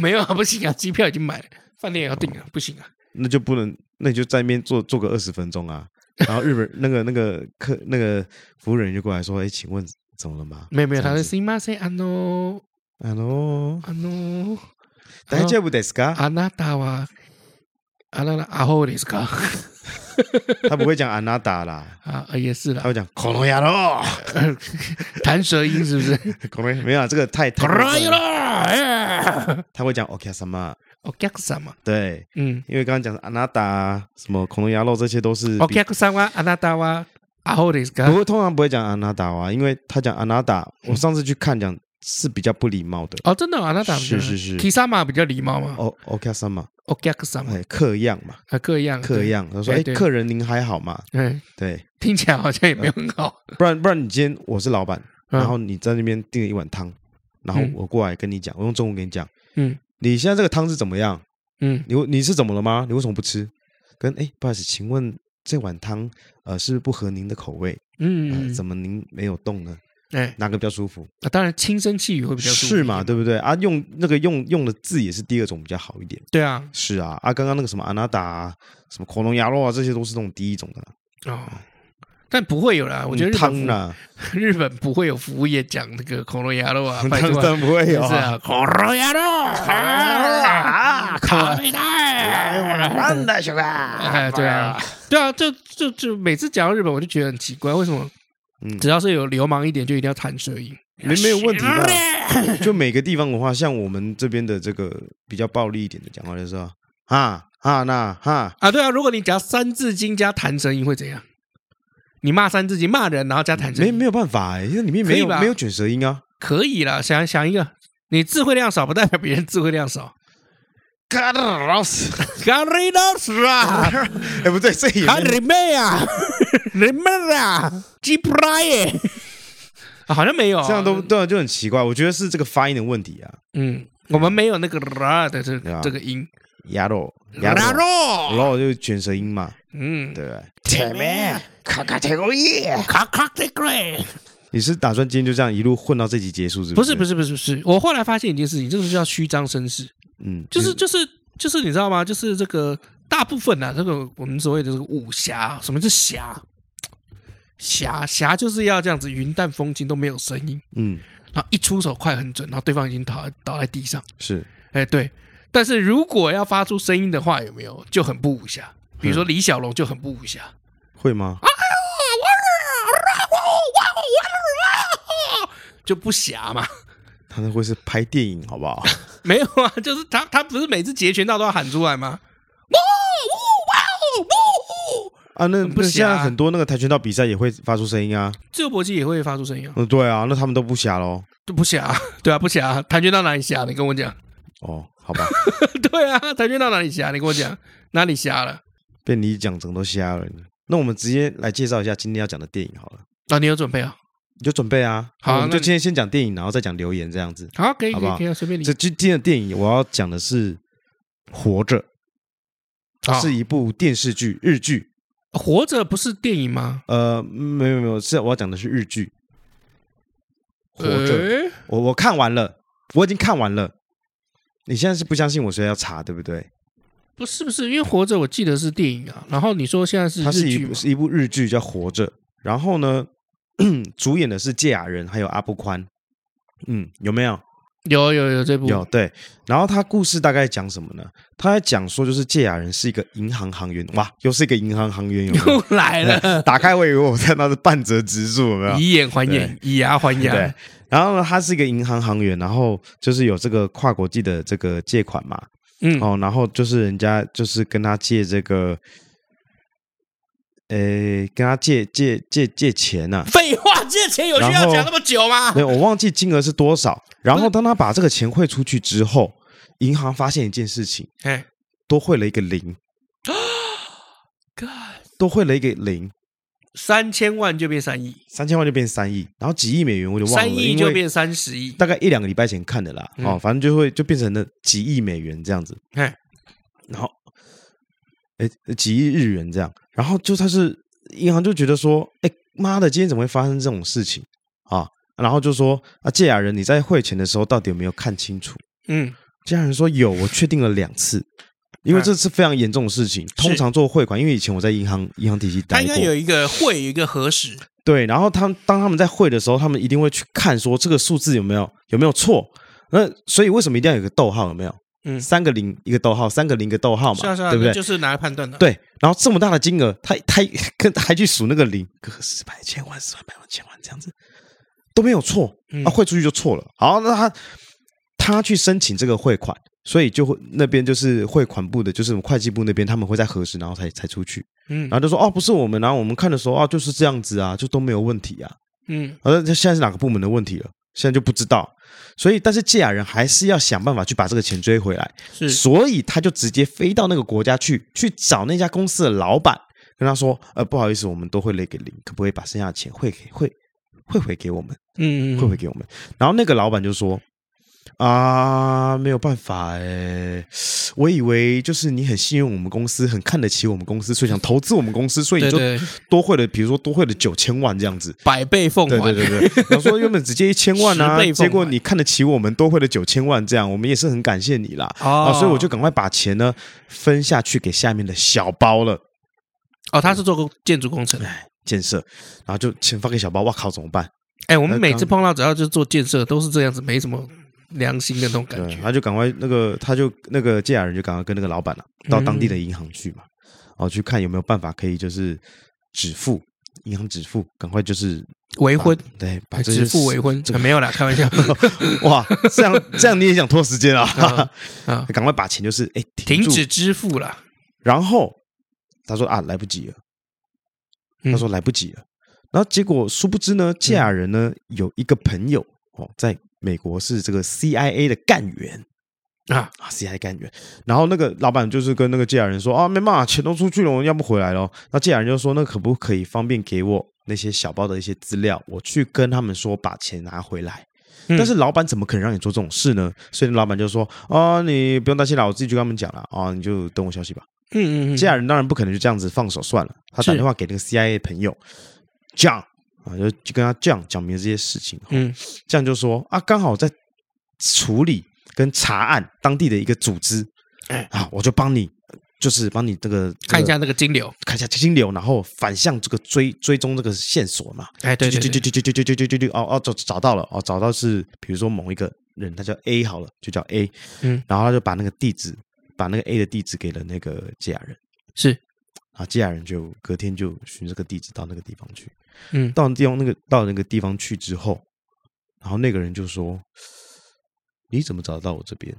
Speaker 3: 没有啊，不行啊，机票已经买了，饭店也要订啊，不行啊。
Speaker 2: 那就不能，那你就在那边坐坐个二十分钟啊。然后日本那个那个客那个服务人员就过来说：“哎，请问怎么了吗？”
Speaker 3: 没有没有，他
Speaker 2: 这
Speaker 3: 说
Speaker 2: 样子
Speaker 3: すいません、あの、
Speaker 2: あの
Speaker 3: あの、
Speaker 2: 大丈夫ですか？
Speaker 3: あなたは、あらら、アホですか？
Speaker 2: 他不会讲安娜达啦，
Speaker 3: 啊，呃也是
Speaker 2: 他
Speaker 3: 啦，
Speaker 2: 会讲恐龙牙咯，
Speaker 3: 弹舌音是不 是？
Speaker 2: 恐龙没有啊，这个太太过分了。
Speaker 3: 啦， 哎哦
Speaker 2: 他会讲 OK 什么？
Speaker 3: お客様，
Speaker 2: 对，
Speaker 3: 嗯，
Speaker 2: 因为刚刚讲的安娜达什么恐龙牙肉，这些都是
Speaker 3: お
Speaker 2: 比
Speaker 3: 客様、あなたは、アホです
Speaker 2: 不
Speaker 3: か？
Speaker 2: 过通常不会讲安娜达啊，因为他讲安娜达，我上次去看讲是比较不礼貌的。
Speaker 3: 哦，真的哦，あなた
Speaker 2: 是是是
Speaker 3: k i s a m a 比较礼貌嘛，
Speaker 2: 哦，OK 什么？
Speaker 3: お客様，
Speaker 2: 哎，客样嘛，
Speaker 3: 啊，各样
Speaker 2: 客，样。他说：“
Speaker 3: 对
Speaker 2: 哎，
Speaker 3: 对
Speaker 2: 客人您还好吗
Speaker 3: 对哎，？”
Speaker 2: 对，
Speaker 3: 听起来好像也没有很好。
Speaker 2: 不然不然你今天我是老板，
Speaker 3: 嗯
Speaker 2: 然后你在那边订了一碗汤，然后
Speaker 3: 嗯
Speaker 2: 我过来跟你讲，我用中文跟你讲，
Speaker 3: 嗯
Speaker 2: 你现在这个汤是怎么样？
Speaker 3: 嗯，
Speaker 2: 你你是怎么了吗？你为什么不吃？跟哎，不好意思，请问这碗汤呃是不是不合您的口味？
Speaker 3: 嗯
Speaker 2: 呃，，怎么您没有动呢？
Speaker 3: 哎，
Speaker 2: 哪个比较舒服？
Speaker 3: 啊当然轻声细语会比较舒服
Speaker 2: 是嘛，对不对啊？用那个用用的字也是第二种比较好一点。
Speaker 3: 对啊，
Speaker 2: 是啊，啊，刚刚那个什么阿纳达、啊、什么恐龙鸭肉啊，这些都是那种第一种的啦。
Speaker 3: 哦，但不会有啦，我觉得
Speaker 2: 嗯
Speaker 3: 日本
Speaker 2: 汤
Speaker 3: 服
Speaker 2: 啦，
Speaker 3: 日本不会有服务业讲那个恐龙鸭肉啊，
Speaker 2: 当
Speaker 3: 拜托啊
Speaker 2: 然不会
Speaker 3: 是
Speaker 2: 有啊。哦
Speaker 3: 啊，恐龙鸭肉啊，卡比
Speaker 1: 哎
Speaker 3: 奈，
Speaker 2: 的兄弟，
Speaker 3: 哎，对啊，对啊，就就就每次讲到日本，我就觉得很奇怪，为什么
Speaker 2: 嗯
Speaker 3: 只要是有流氓一点，就一定要弹舌音？
Speaker 2: 没没有问题吧？ 就每个地方文化，像我们这边的这个比较暴力一点的讲话，就是说啊啊那哈，
Speaker 3: 啊，对啊，如果你讲三字经加弹舌音会怎样？你骂三字经骂人，然后加弹舌
Speaker 2: 没
Speaker 3: 音，
Speaker 2: 没有办法哎，因为里面没有
Speaker 3: 可以吧
Speaker 2: 没有卷舌音 啊。
Speaker 3: 可以啦，想想一个，你智慧量少不代表别人智慧量少。
Speaker 2: 嘎的老师，
Speaker 3: 咖喱老师啊，
Speaker 2: 哎不对，这也
Speaker 3: 咖
Speaker 2: 没
Speaker 3: 喱妹啊，人们啊，鸡巴耶，啊好像没有啊，
Speaker 2: 这样都对啊，就很奇怪。我觉得是这个发音的问题啊。
Speaker 3: 嗯，我们没有那个啦的这
Speaker 2: 对啊
Speaker 3: 这个音，
Speaker 2: 鸭肉，鸭
Speaker 3: 啦
Speaker 2: 肉，
Speaker 3: 肉，
Speaker 2: 肉就是卷舌音嘛，
Speaker 3: 嗯，
Speaker 2: 对不对？
Speaker 3: 前面卡卡铁工业，卡卡铁
Speaker 2: 你是打算今天就这样一路混到这集结束是
Speaker 3: 不
Speaker 2: 是
Speaker 3: 是不是不是不是，我后来发现一件事情，这个就叫虚张声势，
Speaker 2: 嗯，
Speaker 3: 就是就是就是你知道吗？就是这个大部分啊，这个我们所谓的这个武侠，什么是侠？侠侠就是要这样子云淡风轻都没有声音，
Speaker 2: 嗯，
Speaker 3: 然后一出手快很准，然后对方已经倒倒在地上。
Speaker 2: 是
Speaker 3: 哎，对。但是如果要发出声音的话，有没有就很不武侠？比如说李小龙就很不武侠。
Speaker 2: 会吗？
Speaker 3: 啊就不暇嘛，
Speaker 2: 他那会是拍电影好不好？
Speaker 3: 没有啊，就是他他不是每次截拳道都要喊出来吗？哇哇哇哇！
Speaker 2: 啊，那
Speaker 3: 不
Speaker 2: 那现在
Speaker 3: 瞎
Speaker 2: 很多那个跆拳道比赛也会发出声音啊。
Speaker 3: 自由搏击也会发出声音啊，
Speaker 2: 嗯，对啊，那他们都不瞎喽。
Speaker 3: 就不暇，对啊，不暇，跆拳道哪里暇？你跟我讲，
Speaker 2: 哦，好吧，
Speaker 3: 对啊，跆拳道哪里暇？你跟我讲哪里暇了？
Speaker 2: 被你讲整个都瞎了。那我们直接来介绍一下今天要讲的电影好了，
Speaker 3: 啊，你有准备啊？
Speaker 2: 你就准备啊。
Speaker 3: 好
Speaker 2: 我们
Speaker 3: 那
Speaker 2: 就
Speaker 3: 你
Speaker 2: 今天先讲电影，然后再讲留言这样子。
Speaker 3: 好，可以
Speaker 2: 好不
Speaker 3: 可以
Speaker 2: 好
Speaker 3: 可以啊，随便你
Speaker 2: 这。今天的电影我要讲的是《活着
Speaker 3: 好》，
Speaker 2: 是一部电视剧，日剧。
Speaker 3: 活着不是电影吗？
Speaker 2: 呃，没有没有，是我要讲的是日剧《活着》
Speaker 3: 诶
Speaker 2: 我我看完了，我已经看完了。你现在是不相信我，所以要查，对不对？
Speaker 3: 不是不是，因为活着我记得是电影啊，然后你说现在是
Speaker 2: 它是
Speaker 3: 日
Speaker 2: 一
Speaker 3: 剧
Speaker 2: 部
Speaker 3: 嘛？
Speaker 2: 是一部日剧叫《活着》，然后呢，主演的是芥雅人还有阿部宽，嗯，有没有？
Speaker 3: 有有有这部
Speaker 2: 有对。然后他故事大概讲什么呢？他在讲说，就是芥雅人是一个银行行员，哇，又是一个银行行员，有没有？
Speaker 3: 又来了，
Speaker 2: 打开我以为我看到是半折指数，有没有？
Speaker 3: 以眼还眼，以牙还
Speaker 2: 对
Speaker 3: 牙。，
Speaker 2: 然后呢，他是一个银行行员，然后就是有这个跨国际的这个借款嘛，
Speaker 3: 嗯，
Speaker 2: 哦，然后就是人家就是跟他借这个，呃，跟他借借借借钱呐、
Speaker 3: 废话，借钱有需
Speaker 2: 然
Speaker 3: 要
Speaker 2: 后
Speaker 3: 讲那么久吗
Speaker 2: 没？有，我忘记金额是多少。然后当他把这个钱汇出去之后，银行发现一件事情，
Speaker 3: 哎，
Speaker 2: 多汇了一个 零，多汇了一个零，
Speaker 3: 三千万就变三亿，
Speaker 2: 三千万就变三亿，然后几亿美元我就忘了，
Speaker 3: 三亿
Speaker 2: 因
Speaker 3: 就
Speaker 2: 为
Speaker 3: 变三十亿。
Speaker 2: 大概一两个礼拜前看的啦。
Speaker 3: 嗯
Speaker 2: 哦，反正就会就变成了几亿美元这样子。
Speaker 3: 哎，
Speaker 2: 然后，哎，几亿日元这样，然后就他是银行就觉得说，哎妈的，今天怎么会发生这种事情啊？然后就说啊，借雅人，你在汇钱的时候到底有没有看清楚？
Speaker 3: 嗯，
Speaker 2: 借雅人说有，我确定了两次，因为
Speaker 3: 嗯
Speaker 2: 这是非常严重的事情。通常做汇款，因为以前我在银行银行体系
Speaker 3: 他
Speaker 2: 待
Speaker 3: 应
Speaker 2: 过
Speaker 3: 该，有一个会，有一个核实。
Speaker 2: 对，然后他们当他们在汇的时候，他们一定会去看说这个数字有没有有没有错。那所以为什么一定要有个逗号？有没有？
Speaker 3: 嗯
Speaker 2: 三个零一个逗号，三个零一个逗号嘛，
Speaker 3: 是啊是啊，
Speaker 2: 对不对
Speaker 3: 那？就是拿来判断的。，
Speaker 2: 对，然后这么大的金额，他他跟还去数那个零，个十百千万十万百万千万这样子都没有错，
Speaker 3: 嗯
Speaker 2: 啊，汇出去就错了。好，那他他去申请这个汇款，所以就会那边就是汇款部的，就是我们会计部那边他们会在核实，然后才才出去，
Speaker 3: 嗯
Speaker 2: 然后就说哦不是我们，然后我们看的时候啊就是这样子啊，就都没有问题啊。
Speaker 3: 嗯
Speaker 2: 呃，这现在是哪个部门的问题了？现在就不知道。所以，但是借雅人还是要想办法去把这个钱追回来。
Speaker 3: 是
Speaker 2: 所以他就直接飞到那个国家去，去找那家公司的老板，跟他说：“呃，不好意思，我们都会了一个零，可不可以把剩下的钱汇给汇汇回给我们，
Speaker 3: 嗯
Speaker 2: 汇回给我们？”然后那个老板就说：“啊，没有办法哎，我以为就是你很信任我们公司，很看得起我们公司，所以想投资我们公司，所以你
Speaker 3: 对
Speaker 2: 就
Speaker 3: 对，
Speaker 2: 多汇了，比如说多汇了九千万这样子。”
Speaker 3: 百倍奉
Speaker 2: 对
Speaker 3: 还。
Speaker 2: 对对对，然后说原本只借一千万
Speaker 3: 十
Speaker 2: 啊，
Speaker 3: 倍奉
Speaker 2: 结
Speaker 3: 还
Speaker 2: 果你看得起我们，多汇了九千万，这样我们也是很感谢你啦。
Speaker 3: 哦
Speaker 2: 啊，所以我就赶快把钱呢分下去给下面的小包了，
Speaker 3: 哦，他是做工建筑工程的。
Speaker 2: 建设，然后就钱发给小包，哇靠，怎么办？
Speaker 3: 哎，我们
Speaker 2: 那
Speaker 3: 每
Speaker 2: 刚
Speaker 3: 次碰到只要就是做建设，都是这样子，没什么良心的那种感
Speaker 2: 对，
Speaker 3: 觉。
Speaker 2: 他就赶快那个，他就那个借雅人就赶快跟那个老板了、
Speaker 3: 嗯
Speaker 2: 到当地的银行去嘛，哦，去看有没有办法可以就是止付，银行止付，赶快就是
Speaker 3: 为婚，
Speaker 2: 对，把这些
Speaker 3: 指腹为婚，啊 没有啦，开玩笑。
Speaker 2: 哇，这样这样你也想拖时间啊
Speaker 3: 啊？啊，
Speaker 2: 赶快把钱就是哎
Speaker 3: 停
Speaker 2: 住
Speaker 3: 止支付啦。
Speaker 2: 然后他说啊，来不及了，
Speaker 3: 嗯嗯
Speaker 2: 他说来不及了。然后结果殊不知呢，芥雅人呢有一个朋友哦，在美国是这个 CIA 的干员
Speaker 3: 啊，
Speaker 2: 啊，CIA 干员。然后那个老板就是跟那个芥雅人说啊，没办法，钱都出去了，我要不回来了。那芥雅人就说，那可不可以方便给我那些小包的一些资料，我去跟他们说把钱拿回来。
Speaker 3: 嗯
Speaker 2: 但是老板怎么可能让你做这种事呢？所以老板就说：“啊、你不用担心啦，我自己去跟他们讲了啊，你就等我消息吧。”
Speaker 3: 嗯嗯嗯，
Speaker 2: 这样人当然不可能就这样子放手算了，他打
Speaker 3: 是
Speaker 2: 电话给那个 CIA 朋友讲啊，就就跟他讲讲明这些事情，
Speaker 3: 嗯
Speaker 2: 这样就说啊，刚好在处理跟查案当地的一个组织
Speaker 3: 哎，
Speaker 2: 啊，我就帮你就是帮你这个这
Speaker 3: 看一
Speaker 2: 个
Speaker 3: 下那个金流，
Speaker 2: 看一下金流，然后反向这个追追踪这个线索嘛。
Speaker 3: 哎，对对
Speaker 2: 就
Speaker 3: 对
Speaker 2: 就就就就就就就就哦哦找找到了哦找到是比如说某一个人他叫 A 好了就叫 A，
Speaker 3: 嗯，
Speaker 2: 然后他就把那个地址把那个 A 的地址给了那个接雅人，
Speaker 3: 是，
Speaker 2: 然后接雅人就隔天就循这个地址到那个地方去，
Speaker 3: 嗯，
Speaker 2: 到地方那个到那个地方去之后，然后那个人就说：“你怎么找到我这边？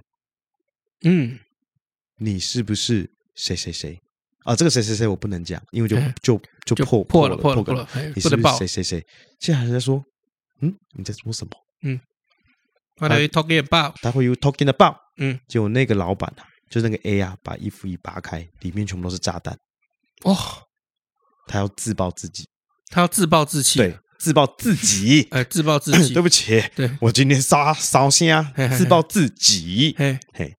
Speaker 3: 嗯，
Speaker 2: 你是不是谁谁谁？”啊，这个谁谁谁我不能讲，因为就
Speaker 3: 嗯
Speaker 2: 就就
Speaker 3: 就
Speaker 2: 破
Speaker 3: 破
Speaker 2: 了
Speaker 3: 了破了
Speaker 2: 了
Speaker 3: 破了，哎
Speaker 2: 你
Speaker 3: 不
Speaker 2: 是
Speaker 3: 能
Speaker 2: 不
Speaker 3: 报
Speaker 2: 是。谁谁谁？现在还在说，嗯，你在说什么？
Speaker 3: What are you talking about？
Speaker 2: 他会有 talking about，
Speaker 3: 嗯，
Speaker 2: 结果那个老板啊，就是那个 A 啊，把衣服一扒开，里面全部都是炸弹，
Speaker 3: 哦，
Speaker 2: 他要自爆自己，
Speaker 3: 他要自暴自弃，，
Speaker 2: 对，，自爆自己
Speaker 3: 哎，自暴自 弃，
Speaker 2: 对不起，
Speaker 3: 对
Speaker 2: 我今天烧啊烧香
Speaker 3: 嘿嘿，嘿
Speaker 2: 自爆自己，
Speaker 3: 嘿，
Speaker 2: 嘿，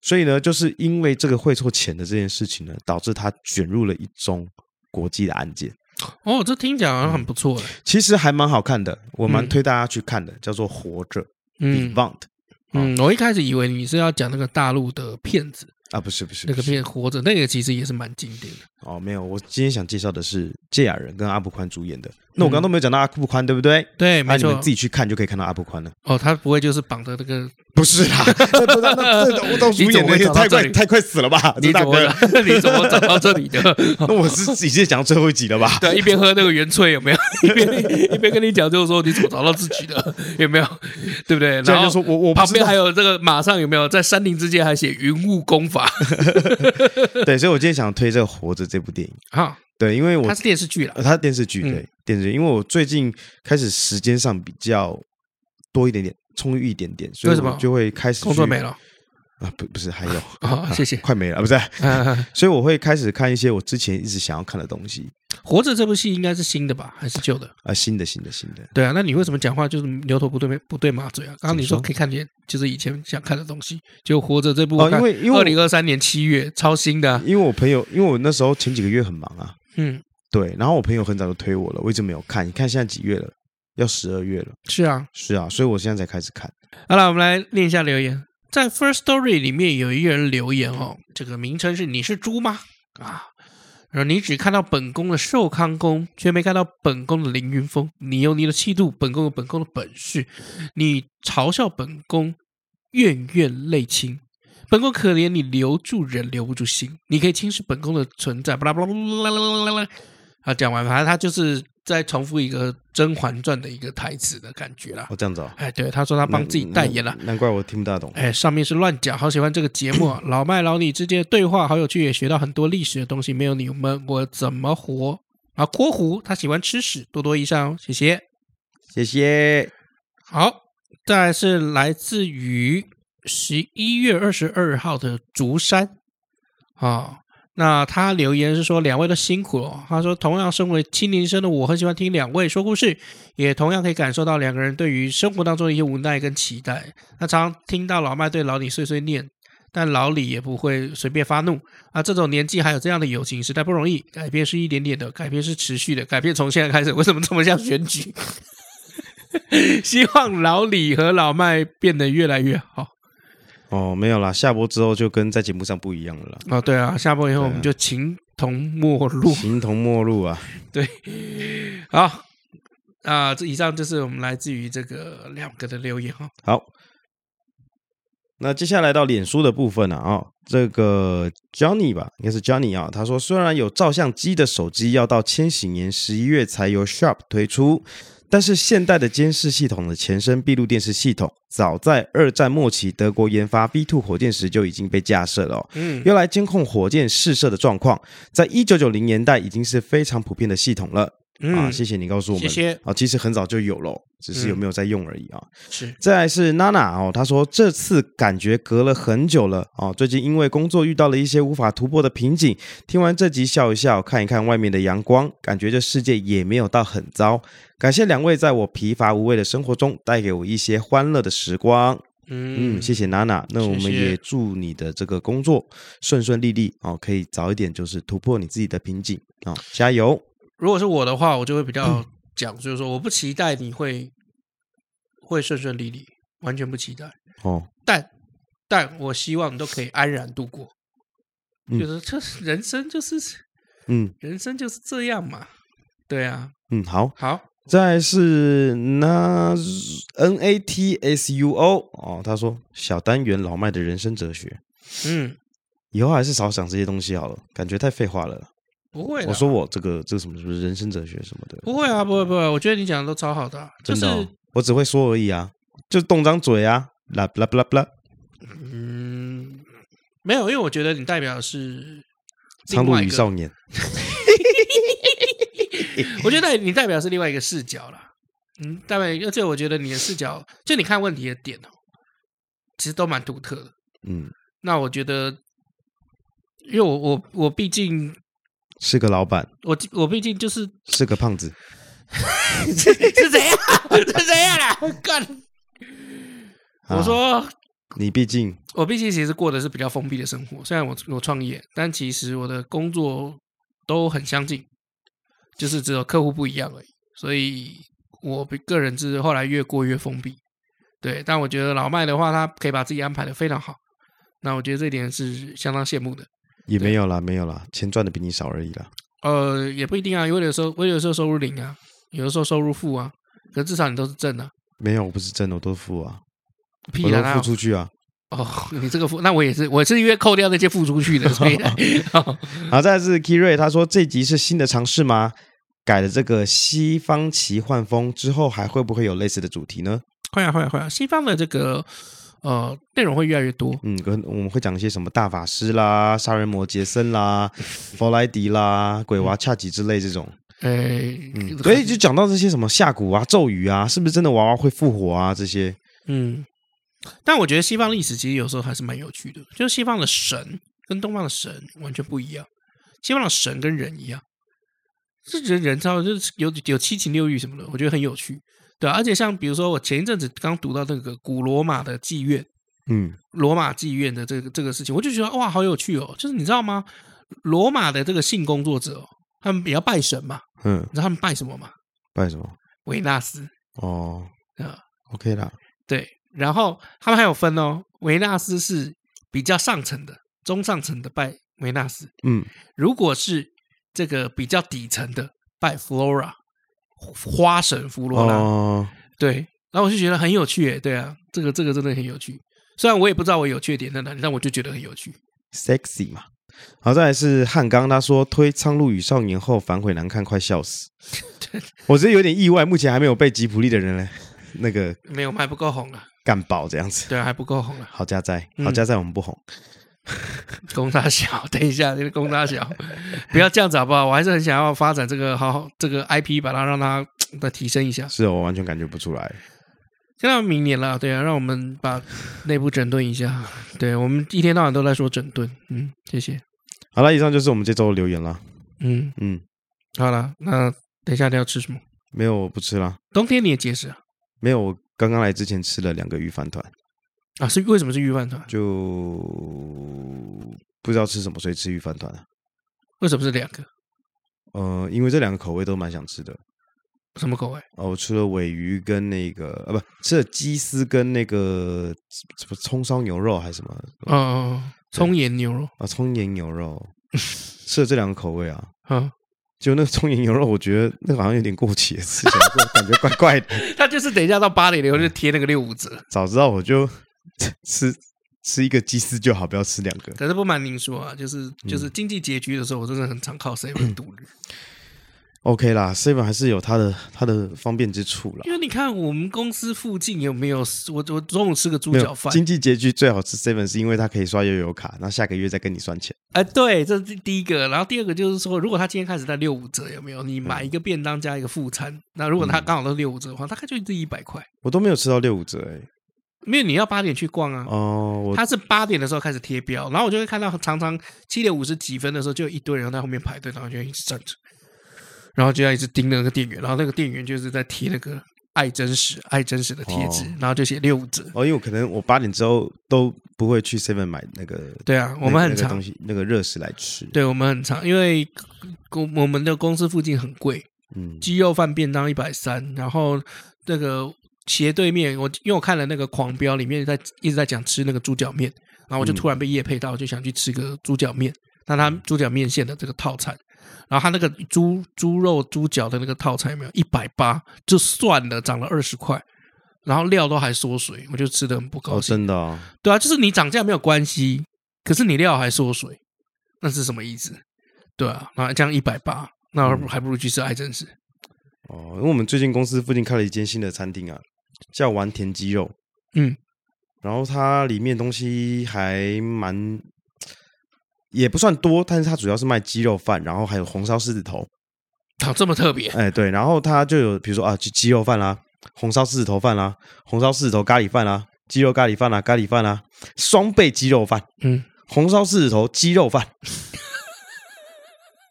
Speaker 2: 所以呢，就是因为这个汇错钱的这件事情呢，导致他卷入了一宗国际的案件，
Speaker 3: 哦，这听起来
Speaker 2: 嗯
Speaker 3: 好像很不错哎，
Speaker 2: 其实还蛮好看的，我蛮
Speaker 3: 嗯
Speaker 2: 推大家去看的，叫做《活着》
Speaker 3: 嗯
Speaker 2: v a n t
Speaker 3: 嗯，
Speaker 2: 哦
Speaker 3: 我一开始以为你是要讲那个大陆的骗子，
Speaker 2: 啊，不是不是
Speaker 3: 那个
Speaker 2: 不是
Speaker 3: 骗活着，那个其实也是蛮经典的，
Speaker 2: 哦，没有，我今天想介绍的是谢雅人跟阿布宽主演的。那我刚刚都没有讲到阿布宽，对不对？那、
Speaker 3: 对，嗯没
Speaker 2: 啊你
Speaker 3: 错
Speaker 2: 们自，己去看就可以看到阿布宽了。
Speaker 3: 哦，他不会就是绑着那个，
Speaker 2: 不是 啦，那那那那我到主演那 些
Speaker 3: 你怎么会找到
Speaker 2: 太
Speaker 3: 这
Speaker 2: 快
Speaker 3: 里
Speaker 2: 太快死了吧，这
Speaker 3: 你怎
Speaker 2: 大
Speaker 3: 么
Speaker 2: 哥。
Speaker 3: 你怎么找到这里 的？
Speaker 2: 那我是已经讲到最后一集了吧？
Speaker 3: 对，一边喝那个原萃有没有？一边一边跟你讲，就是说你怎么找到自己的，有没有？对不 对？
Speaker 2: 这
Speaker 3: 然
Speaker 2: 样
Speaker 3: 后
Speaker 2: 就说我我不
Speaker 3: 旁
Speaker 2: 知
Speaker 3: 边
Speaker 2: 道
Speaker 3: 还有这个，马上有没有在山林之间还写云雾 功法？
Speaker 2: 对，所以我今天想推这个《活着》这部电影。
Speaker 3: 哈，
Speaker 2: 对，因为啊我
Speaker 3: 它是电视剧了。
Speaker 2: 呃它电视剧
Speaker 3: 嗯
Speaker 2: 对电视剧，因为我最近开始时间上比较多一点点，充裕一点点，所
Speaker 3: 为
Speaker 2: 以
Speaker 3: 什么
Speaker 2: 我就会开始
Speaker 3: 工作
Speaker 2: 去
Speaker 3: 没了
Speaker 2: 啊？不不是还有
Speaker 3: 啊，谢 谢。
Speaker 2: 快没了，啊不是？
Speaker 3: 嗯，
Speaker 2: 所以我会开始看一些我之前一直想要看的东西
Speaker 3: 活着这部戏应该是新的吧，还是旧的？
Speaker 2: 啊、新的新的新的。
Speaker 3: 对啊，那你为什么讲话就是牛头不对不对马嘴啊？刚刚
Speaker 2: 怎
Speaker 3: 你
Speaker 2: 么
Speaker 3: 说
Speaker 2: 说
Speaker 3: 可以看见，就是以前想看的东西，就活着这部
Speaker 2: 哦
Speaker 3: 我看，
Speaker 2: 因为因为我
Speaker 3: 二零二三年七月超新的啊，
Speaker 2: 因为我朋友，因为我那时候前几个月很忙啊，
Speaker 3: 嗯，
Speaker 2: 对，然后我朋友很早就推我了，我一直没有看。你看现在几月了？要十二月了，
Speaker 3: 是啊，
Speaker 2: 是啊，所以我现在才开始看。
Speaker 3: 好了，我们来念一下留言。在 First Story 里面有一个人留言哦，这个名称是“你是猪吗？”啊，然后你只看到本宫的寿康宫，却没看到本宫的凌云峰。你有你的气度，本宫有本宫的本事。你嘲笑本宫，怨怨泪倾。本宫可怜你留住人，留不住心。你可以轻视本宫的存在，巴拉巴拉巴拉巴拉巴拉。啊，讲完，反正他就是在重复一个《甄嬛传》的一个台词的感觉啦。
Speaker 2: 哦，这样子哦，
Speaker 3: 哎，对，他说他帮自己代言了。
Speaker 2: 难难怪我听不大懂。
Speaker 3: 哎，上面是乱讲，好喜欢这个节目啊，老麦老李之间的对话好有趣，也学到很多历史的东西。没有你们，我怎么活？啊，括弧他喜欢吃屎，多多益善哦，谢谢。
Speaker 2: 谢谢。
Speaker 3: 好，再来是来自于十一月二十二号的竹山啊、那他留言是说两位都辛苦了。他说，同样身为青年生的我，很喜欢听两位说故事，也同样可以感受到两个人对于生活当中的一些无奈跟期待。那常常听到老麦对老李碎碎念。但老李也不会随便发怒啊！这种年纪还有这样的友情，实在不容易。改变是一点点的，改变是持续的，改变从现在开始。为什么这么像选举？ 希望老李和老麦变得越来越好
Speaker 2: 哦，没有啦，下播之后就跟在节目上不一样了啦，
Speaker 3: 哦。对啊，下播以后
Speaker 2: 对啊
Speaker 3: 我们就情同陌路。
Speaker 2: 形同陌路啊。
Speaker 3: 对，好啊、这以上就是我们来自于这个两个的留言哈、哦。
Speaker 2: 好，那接下来到脸书的部分了啊、哦这个 Johnny 吧，应该是 Johnny 啊、他说虽然有照相机的手机要到千禧年十一月才由 Sharp 推出，但是现代的监视系统的前身闭路电视系统，早在二战末期德国研发 B 2火箭时就已经被架设了、哦。
Speaker 3: 嗯
Speaker 2: 用来监控火箭试射的状况，在一九九零年代已经是非常普遍的系统了、啊！
Speaker 3: 嗯，
Speaker 2: 谢谢你告诉我们，
Speaker 3: 谢谢
Speaker 2: 啊，其实很早就有了，只是有
Speaker 3: 嗯
Speaker 2: 没有在用而已啊。
Speaker 3: 是
Speaker 2: 再来是娜娜哦，她说这次感觉隔了很久了哦，最近因为工作遇到了一些无法突破的瓶颈，听完这集笑一笑，看一看外面的阳光，感觉这世界也没有到很糟。感谢两位在我疲乏无味的生活中带给我一些欢乐的时光。
Speaker 3: 嗯
Speaker 2: 嗯，谢谢娜娜。那我
Speaker 3: 谢
Speaker 2: 们
Speaker 3: 谢
Speaker 2: 也祝你的这个工作顺顺利利哦，可以早一点就是突破你自己的瓶颈哦，加油！
Speaker 3: 如果是我的话，我就会比较讲，就是说我不期待你会会顺顺利利，完全不期待，
Speaker 2: 哦，
Speaker 3: 但但我希望你都可以安然度过。
Speaker 2: 嗯
Speaker 3: 就是这是人生就是
Speaker 2: 嗯
Speaker 3: 人生就是这样嘛，对啊，
Speaker 2: 嗯，好，
Speaker 3: 好，
Speaker 2: 再来是那 N A T S U O 哦，他说小单元老麦的人生哲学，
Speaker 3: 嗯，
Speaker 2: 以后还是少想这些东西好了，感觉太废话了。
Speaker 3: 不会啦，
Speaker 2: 我说我这个这个什么什么人生哲学什么的，
Speaker 3: 啊不会啊，不会不会，我觉得你讲的都超好的啊，就
Speaker 2: 真
Speaker 3: 是
Speaker 2: 的哦、我只会说而已啊，就动张嘴啊，啦啦啦啦，
Speaker 3: 嗯，没有，因为我觉得你代表的是
Speaker 2: 苍
Speaker 3: 另
Speaker 2: 鹭
Speaker 3: 外一
Speaker 2: 与
Speaker 3: 个
Speaker 2: 少年，
Speaker 3: 我觉得你代表是另外一个视角啦。嗯，代表，而且我觉得你的视角，就你看问题的点哦，其实都蛮独特的。
Speaker 2: 嗯，
Speaker 3: 那我觉得，因为我我我毕竟
Speaker 2: 是个老板，
Speaker 3: 我我毕竟就是
Speaker 2: 是个胖子，
Speaker 3: 是怎样 是怎样啦， 干！
Speaker 2: 啊
Speaker 3: 我说
Speaker 2: 你毕竟
Speaker 3: 我毕竟其实过的是比较封闭的生活，虽然我我创业，但其实我的工作都很相近，就是只有客户不一样而已。所以我比个人是后来越过越封闭。对，但我觉得老麦的话，他可以把自己安排的非常好，那我觉得这一点是相当羡慕的。
Speaker 2: 也没有啦，没有啦，钱赚的比你少而已啦。
Speaker 3: 呃，也不一定啊，有的时候我有的时候收入零啊，有的时候收入负啊，可至少你都是正啊。
Speaker 2: 没有，我不是真的，我都付啊，
Speaker 3: 屁
Speaker 2: 我
Speaker 3: 啦，
Speaker 2: 都
Speaker 3: 哪
Speaker 2: 付
Speaker 3: 有
Speaker 2: 出去啊。
Speaker 3: 哦， 你这个付，那我也是，我是因为扣掉那些付出去的，所以、哦、
Speaker 2: 好，再来是 Key 瑞，他说这集是新的尝试吗？改了这个西方奇幻风之后，还会不会有类似的主题呢？
Speaker 3: 会啊，会啊，会啊！西方的这个呃内容会越来越多，
Speaker 2: 嗯，跟我们会讲一些什么大法师啦、杀人魔杰森啦、弗莱迪啦、鬼娃恰吉之类这种。
Speaker 3: 呃，
Speaker 2: 嗯，所
Speaker 3: 可
Speaker 2: 以就讲到这些什么下蛊啊、咒语啊，是不是真的娃娃会复活啊？这些，
Speaker 3: 嗯，但我觉得西方历史其实有时候还是蛮有趣的，就是西方的神跟东方的神完全不一样，西方的神跟人一样，这人人超就是有有七情六欲什么的，我觉得很有趣，对啊、而且像比如说我前一阵子刚读到那个古罗马的妓院，
Speaker 2: 嗯
Speaker 3: 罗马妓院的这个这个事情，我就觉得哇，好有趣哦！就是你知道吗？罗马的这个性工作者、哦，他们也要拜神嘛，
Speaker 2: 嗯，
Speaker 3: 你知道他们拜什么吗？
Speaker 2: 拜什么？
Speaker 3: 维纳斯
Speaker 2: 哦
Speaker 3: 啊，
Speaker 2: ，OK 啦，
Speaker 3: 对，然后他们还有分哦，维纳斯是比较上层的、中上层的拜维纳斯，
Speaker 2: 嗯，
Speaker 3: 如果是这个比较底层的拜 Flora 花神弗罗拉，
Speaker 2: 哦，
Speaker 3: 对，然后我就觉得很有趣耶，对啊，这个这个真的很有趣，虽然我也不知道我有趣的点在哪里，但我就觉得很有趣。
Speaker 2: sexy 嘛。好，再来是汉刚，他说推《苍鹭与少年》后反悔难看，快笑 死。我觉得有点意外，目前还没有被吉普力的人来 那个
Speaker 3: 没有，我们还不够红啊，
Speaker 2: 干爆这样子。
Speaker 3: 对啊，还不够红啊，
Speaker 2: 好加在，
Speaker 3: 嗯
Speaker 2: 好加在我们不红。
Speaker 3: 公大小，等一下，这个公大小，不要这样子好不好？我还是很想要发展这个好好这个 IP，把它让它再提升一下。
Speaker 2: 是哦我完全感觉不出来。
Speaker 3: 现在明年了，对啊，让我们把内部整顿一下。对我们一天到晚都在说整顿，嗯，谢谢，
Speaker 2: 好了，以上就是我们这周的留言啦。
Speaker 3: 嗯，
Speaker 2: 嗯，
Speaker 3: 好了，那等一下你要吃什么？
Speaker 2: 没有我不吃啦，
Speaker 3: 冬天你也节食啊？
Speaker 2: 没有我刚刚来之前吃了两个鱼饭团，
Speaker 3: 啊，是为什么是预饭团？
Speaker 2: 就不知道吃什么，所以吃鱼饭团啊。
Speaker 3: 为什么是两个？
Speaker 2: 呃，因为这两个口味都蛮想吃的。
Speaker 3: 什么口味？
Speaker 2: 哦，我吃了尾鱼跟那个啊，不吃了鸡丝跟那个什么葱烧牛肉还是什么
Speaker 3: 哦哦，哦葱盐牛肉，
Speaker 2: 啊，葱盐牛肉，吃了这两个口味啊。
Speaker 3: 啊，
Speaker 2: 就那个葱盐牛肉，我觉得那个好像有点过期了，吃起来就感觉怪怪的。
Speaker 3: 他就是等一下到八点以后就贴那个六五折。
Speaker 2: 早知道我就 吃吃一个鸡丝就好，不要吃两个。
Speaker 3: 可是不瞒您说啊，就是就是经济拮据的时候，我真的很常靠 seven 度日。
Speaker 2: OK 啦，seven 还是有它的它的方便之处啦
Speaker 3: 因。为你看我们公司附近有没有我我中午吃个猪
Speaker 2: 没
Speaker 3: 脚
Speaker 2: 有
Speaker 3: 饭，
Speaker 2: 经济拮据最好吃 seven 是因为它可以刷悠游卡，然后下个月再跟你算钱。
Speaker 3: 哎、对，这是第一个。然后第二个就是说，如果他今天开始在六五折，有没有？你
Speaker 2: 嗯
Speaker 3: 买一个便当加一个副餐，那如果他刚好都六五折的话，大概就是一百块。
Speaker 2: 我都没有吃到六五折哎、
Speaker 3: 因为你要八点去逛啊，
Speaker 2: 哦，我
Speaker 3: 他是八点的时候开始贴标，然后我就会看到常常七点五十几分的时候，就有一堆人在后面排队，然后就一直站着，然后就要一直盯着那个店员，然后那个店员就是在贴那个爱真实、爱真实的贴纸，
Speaker 2: 哦
Speaker 3: 然后就写六五折。
Speaker 2: 哦，因为我可能我八点之后都不会去 seven 买那个，
Speaker 3: 对啊，
Speaker 2: 那
Speaker 3: 我们很
Speaker 2: 那个
Speaker 3: 常
Speaker 2: 东西那个热食来吃。，
Speaker 3: 对，我们很常，因为公我们的公司附近很贵，
Speaker 2: 嗯
Speaker 3: 鸡肉饭便当一百三，然后那个斜对面，我因为我看了那个《狂飙》里面在一直在讲吃那个猪脚面，然后我就突然被叶配到，我就想去吃个猪脚面，那它猪脚面线的这个套餐，然后它那个猪猪肉猪脚的那个套餐有没有一百八就算了，涨了二十块，然后料都还缩水，我就吃的很不高
Speaker 2: 哦，
Speaker 3: 兴。
Speaker 2: 真的哦，
Speaker 3: 对啊，就是你涨价没有关系，可是你料还缩水，那是什么意思？对啊，那这样一百八，那还不如去吃爱真实。
Speaker 2: 哦，因为我们最近公司附近开了一间新的餐厅啊，叫丸田鸡肉，
Speaker 3: 嗯，
Speaker 2: 然后它里面东西还蛮，也不算多，但是它主要是卖鸡肉饭，然后还有红烧狮子头，
Speaker 3: 好，这么特别，
Speaker 2: 哎，对，然后它就有比如说啊，鸡鸡肉饭啦、红烧狮子头饭啦、红烧狮子头咖喱饭啦、鸡肉咖喱饭啦、咖喱饭啦、双倍鸡肉饭，
Speaker 3: 嗯，
Speaker 2: 红烧狮子头鸡肉饭。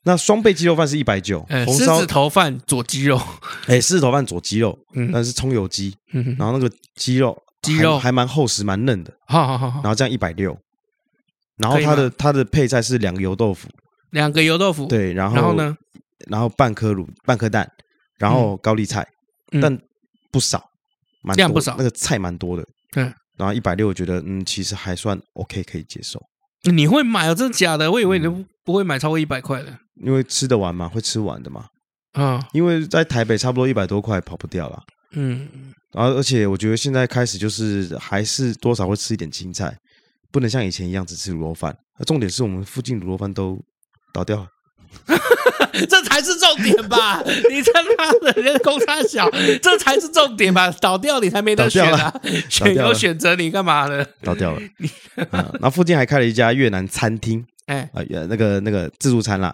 Speaker 2: 那双倍鸡肉饭是一百九，
Speaker 3: 呃，
Speaker 2: 红
Speaker 3: 狮
Speaker 2: 烧
Speaker 3: 子头饭佐鸡肉，
Speaker 2: 哎狮子头饭佐鸡肉，
Speaker 3: 嗯
Speaker 2: 但是葱油鸡，
Speaker 3: 嗯，
Speaker 2: 然后那个鸡肉
Speaker 3: 鸡
Speaker 2: 还
Speaker 3: 肉
Speaker 2: 还蛮厚实蛮嫩的，
Speaker 3: 好好好
Speaker 2: 然
Speaker 3: 好，
Speaker 2: 后这样一百六，然后
Speaker 3: 可以
Speaker 2: 它
Speaker 3: 吗
Speaker 2: 的它的配菜是两个油豆腐，
Speaker 3: 两个油豆腐，，
Speaker 2: 对，然后
Speaker 3: 哦然后呢，
Speaker 2: 然后半颗卤半颗蛋，然后高丽菜，
Speaker 3: 嗯
Speaker 2: 但不少，蛮多
Speaker 3: 量不少
Speaker 2: 那个菜蛮多的。
Speaker 3: 嗯，
Speaker 2: 然后一百六，我觉得嗯，其实还算 OK，可以接受，
Speaker 3: 你会买哦？真的假的？我以为你都不会买超过一百块的。
Speaker 2: 因为吃得完嘛，会吃完的嘛。
Speaker 3: 啊，
Speaker 2: 因为在台北差不多一百多块跑不掉了，
Speaker 3: 嗯，
Speaker 2: 然后而且我觉得现在开始就是还是多少会吃一点青菜，不能像以前一样只吃卤肉饭。那重点是我们附近卤肉饭都倒掉了，
Speaker 3: 这才是重点吧？你他妈的，人家公差小，这才是重点吧？倒掉你才没得选啊！选
Speaker 2: 掉了
Speaker 3: 有选择你干嘛呢？
Speaker 2: 倒掉了。啊，然后附近还开了一家越南餐厅，
Speaker 3: 哎，
Speaker 2: 啊，呃那个那个自助餐啦，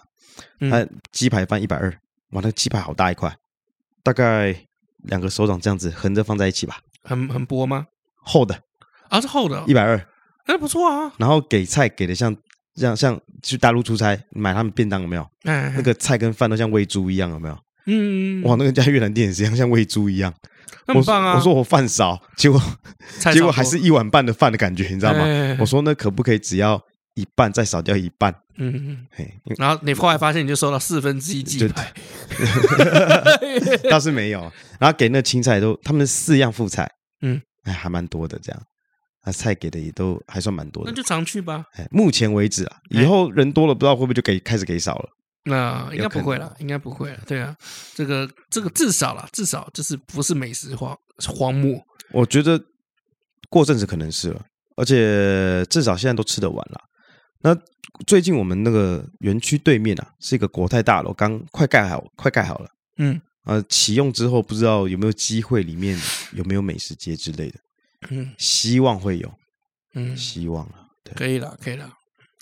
Speaker 3: 嗯
Speaker 2: 它鸡排饭一百二，哇，那鸡排好大一块，大概两个手掌这样子横着放在一起吧，
Speaker 3: 很很薄吗？
Speaker 2: 厚的，
Speaker 3: 啊，是厚的哦
Speaker 2: 一，百二，
Speaker 3: 那不错啊。
Speaker 2: 然后给菜给的像像像去大陆出差买他们便当有没有？
Speaker 3: 哎，
Speaker 2: 那个菜跟饭都像喂猪一样有没有？
Speaker 3: 嗯，
Speaker 2: 哇，那个家越南店也是一样像喂猪一样，
Speaker 3: 那
Speaker 2: 我
Speaker 3: 很
Speaker 2: 说
Speaker 3: 棒啊！
Speaker 2: 我说我饭少，结果
Speaker 3: 菜
Speaker 2: 结
Speaker 3: 少
Speaker 2: 果
Speaker 3: 多
Speaker 2: 还是一碗半的饭的感觉，你知道吗？
Speaker 3: 哎
Speaker 2: 我说那可不可以只要一半再少掉一半？
Speaker 3: 嗯，
Speaker 2: 嘿，因为
Speaker 3: 然后你后来发现你就收到四分之一鸡排，
Speaker 2: 倒是没有。然后给那青菜都，他们四样副菜，
Speaker 3: 嗯，
Speaker 2: 哎，还蛮多的这样。啊，菜给的也都还算蛮多
Speaker 3: 那
Speaker 2: 的。
Speaker 3: 就常去吧。
Speaker 2: 哎，目前为止啊，
Speaker 3: 哎
Speaker 2: 以后人多了，不知道会不会就给开始给少了。
Speaker 3: 那应该不会
Speaker 2: 有
Speaker 3: 啦，应该不会啦。对啊，这个这个至少啦，至少就是不是美食荒荒漠。
Speaker 2: 我觉得过阵子可能是了，而且至少现在都吃得完了。那最近我们那个园区对面啊，是一个国泰大楼，刚快盖好，快盖好了。
Speaker 3: 嗯
Speaker 2: 呃，启用之后不知道有没有机会，里面有没有美食街之类的，
Speaker 3: 嗯
Speaker 2: 希望会有，
Speaker 3: 嗯，
Speaker 2: 希望了。对，
Speaker 3: 可以啦，可以啦。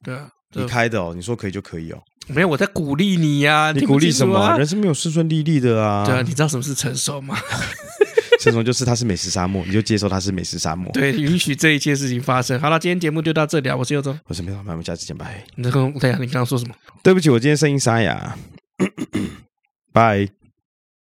Speaker 3: 对啊，
Speaker 2: 你
Speaker 3: 对
Speaker 2: 开的哦，你说可以就可以哦。
Speaker 3: 没有我在鼓励你呀、
Speaker 2: 你
Speaker 3: 听
Speaker 2: 鼓
Speaker 3: 不
Speaker 2: 励
Speaker 3: 清
Speaker 2: 什
Speaker 3: 楚
Speaker 2: 么啊？
Speaker 3: 啊
Speaker 2: 人生没有顺顺利利的啊。
Speaker 3: 对啊，你知道什么是成熟吗？
Speaker 2: 这种就是它是美食沙漠，你就接受它是美食沙漠。，
Speaker 3: 对，允许这一切事情发生。好了，今天节目就到这里啊，我是佑宗。
Speaker 2: 我是没办法，我们下次见，拜。
Speaker 3: 你在跟我等一下，你刚刚说什么？
Speaker 2: 对不起，我今天声音沙哑，拜。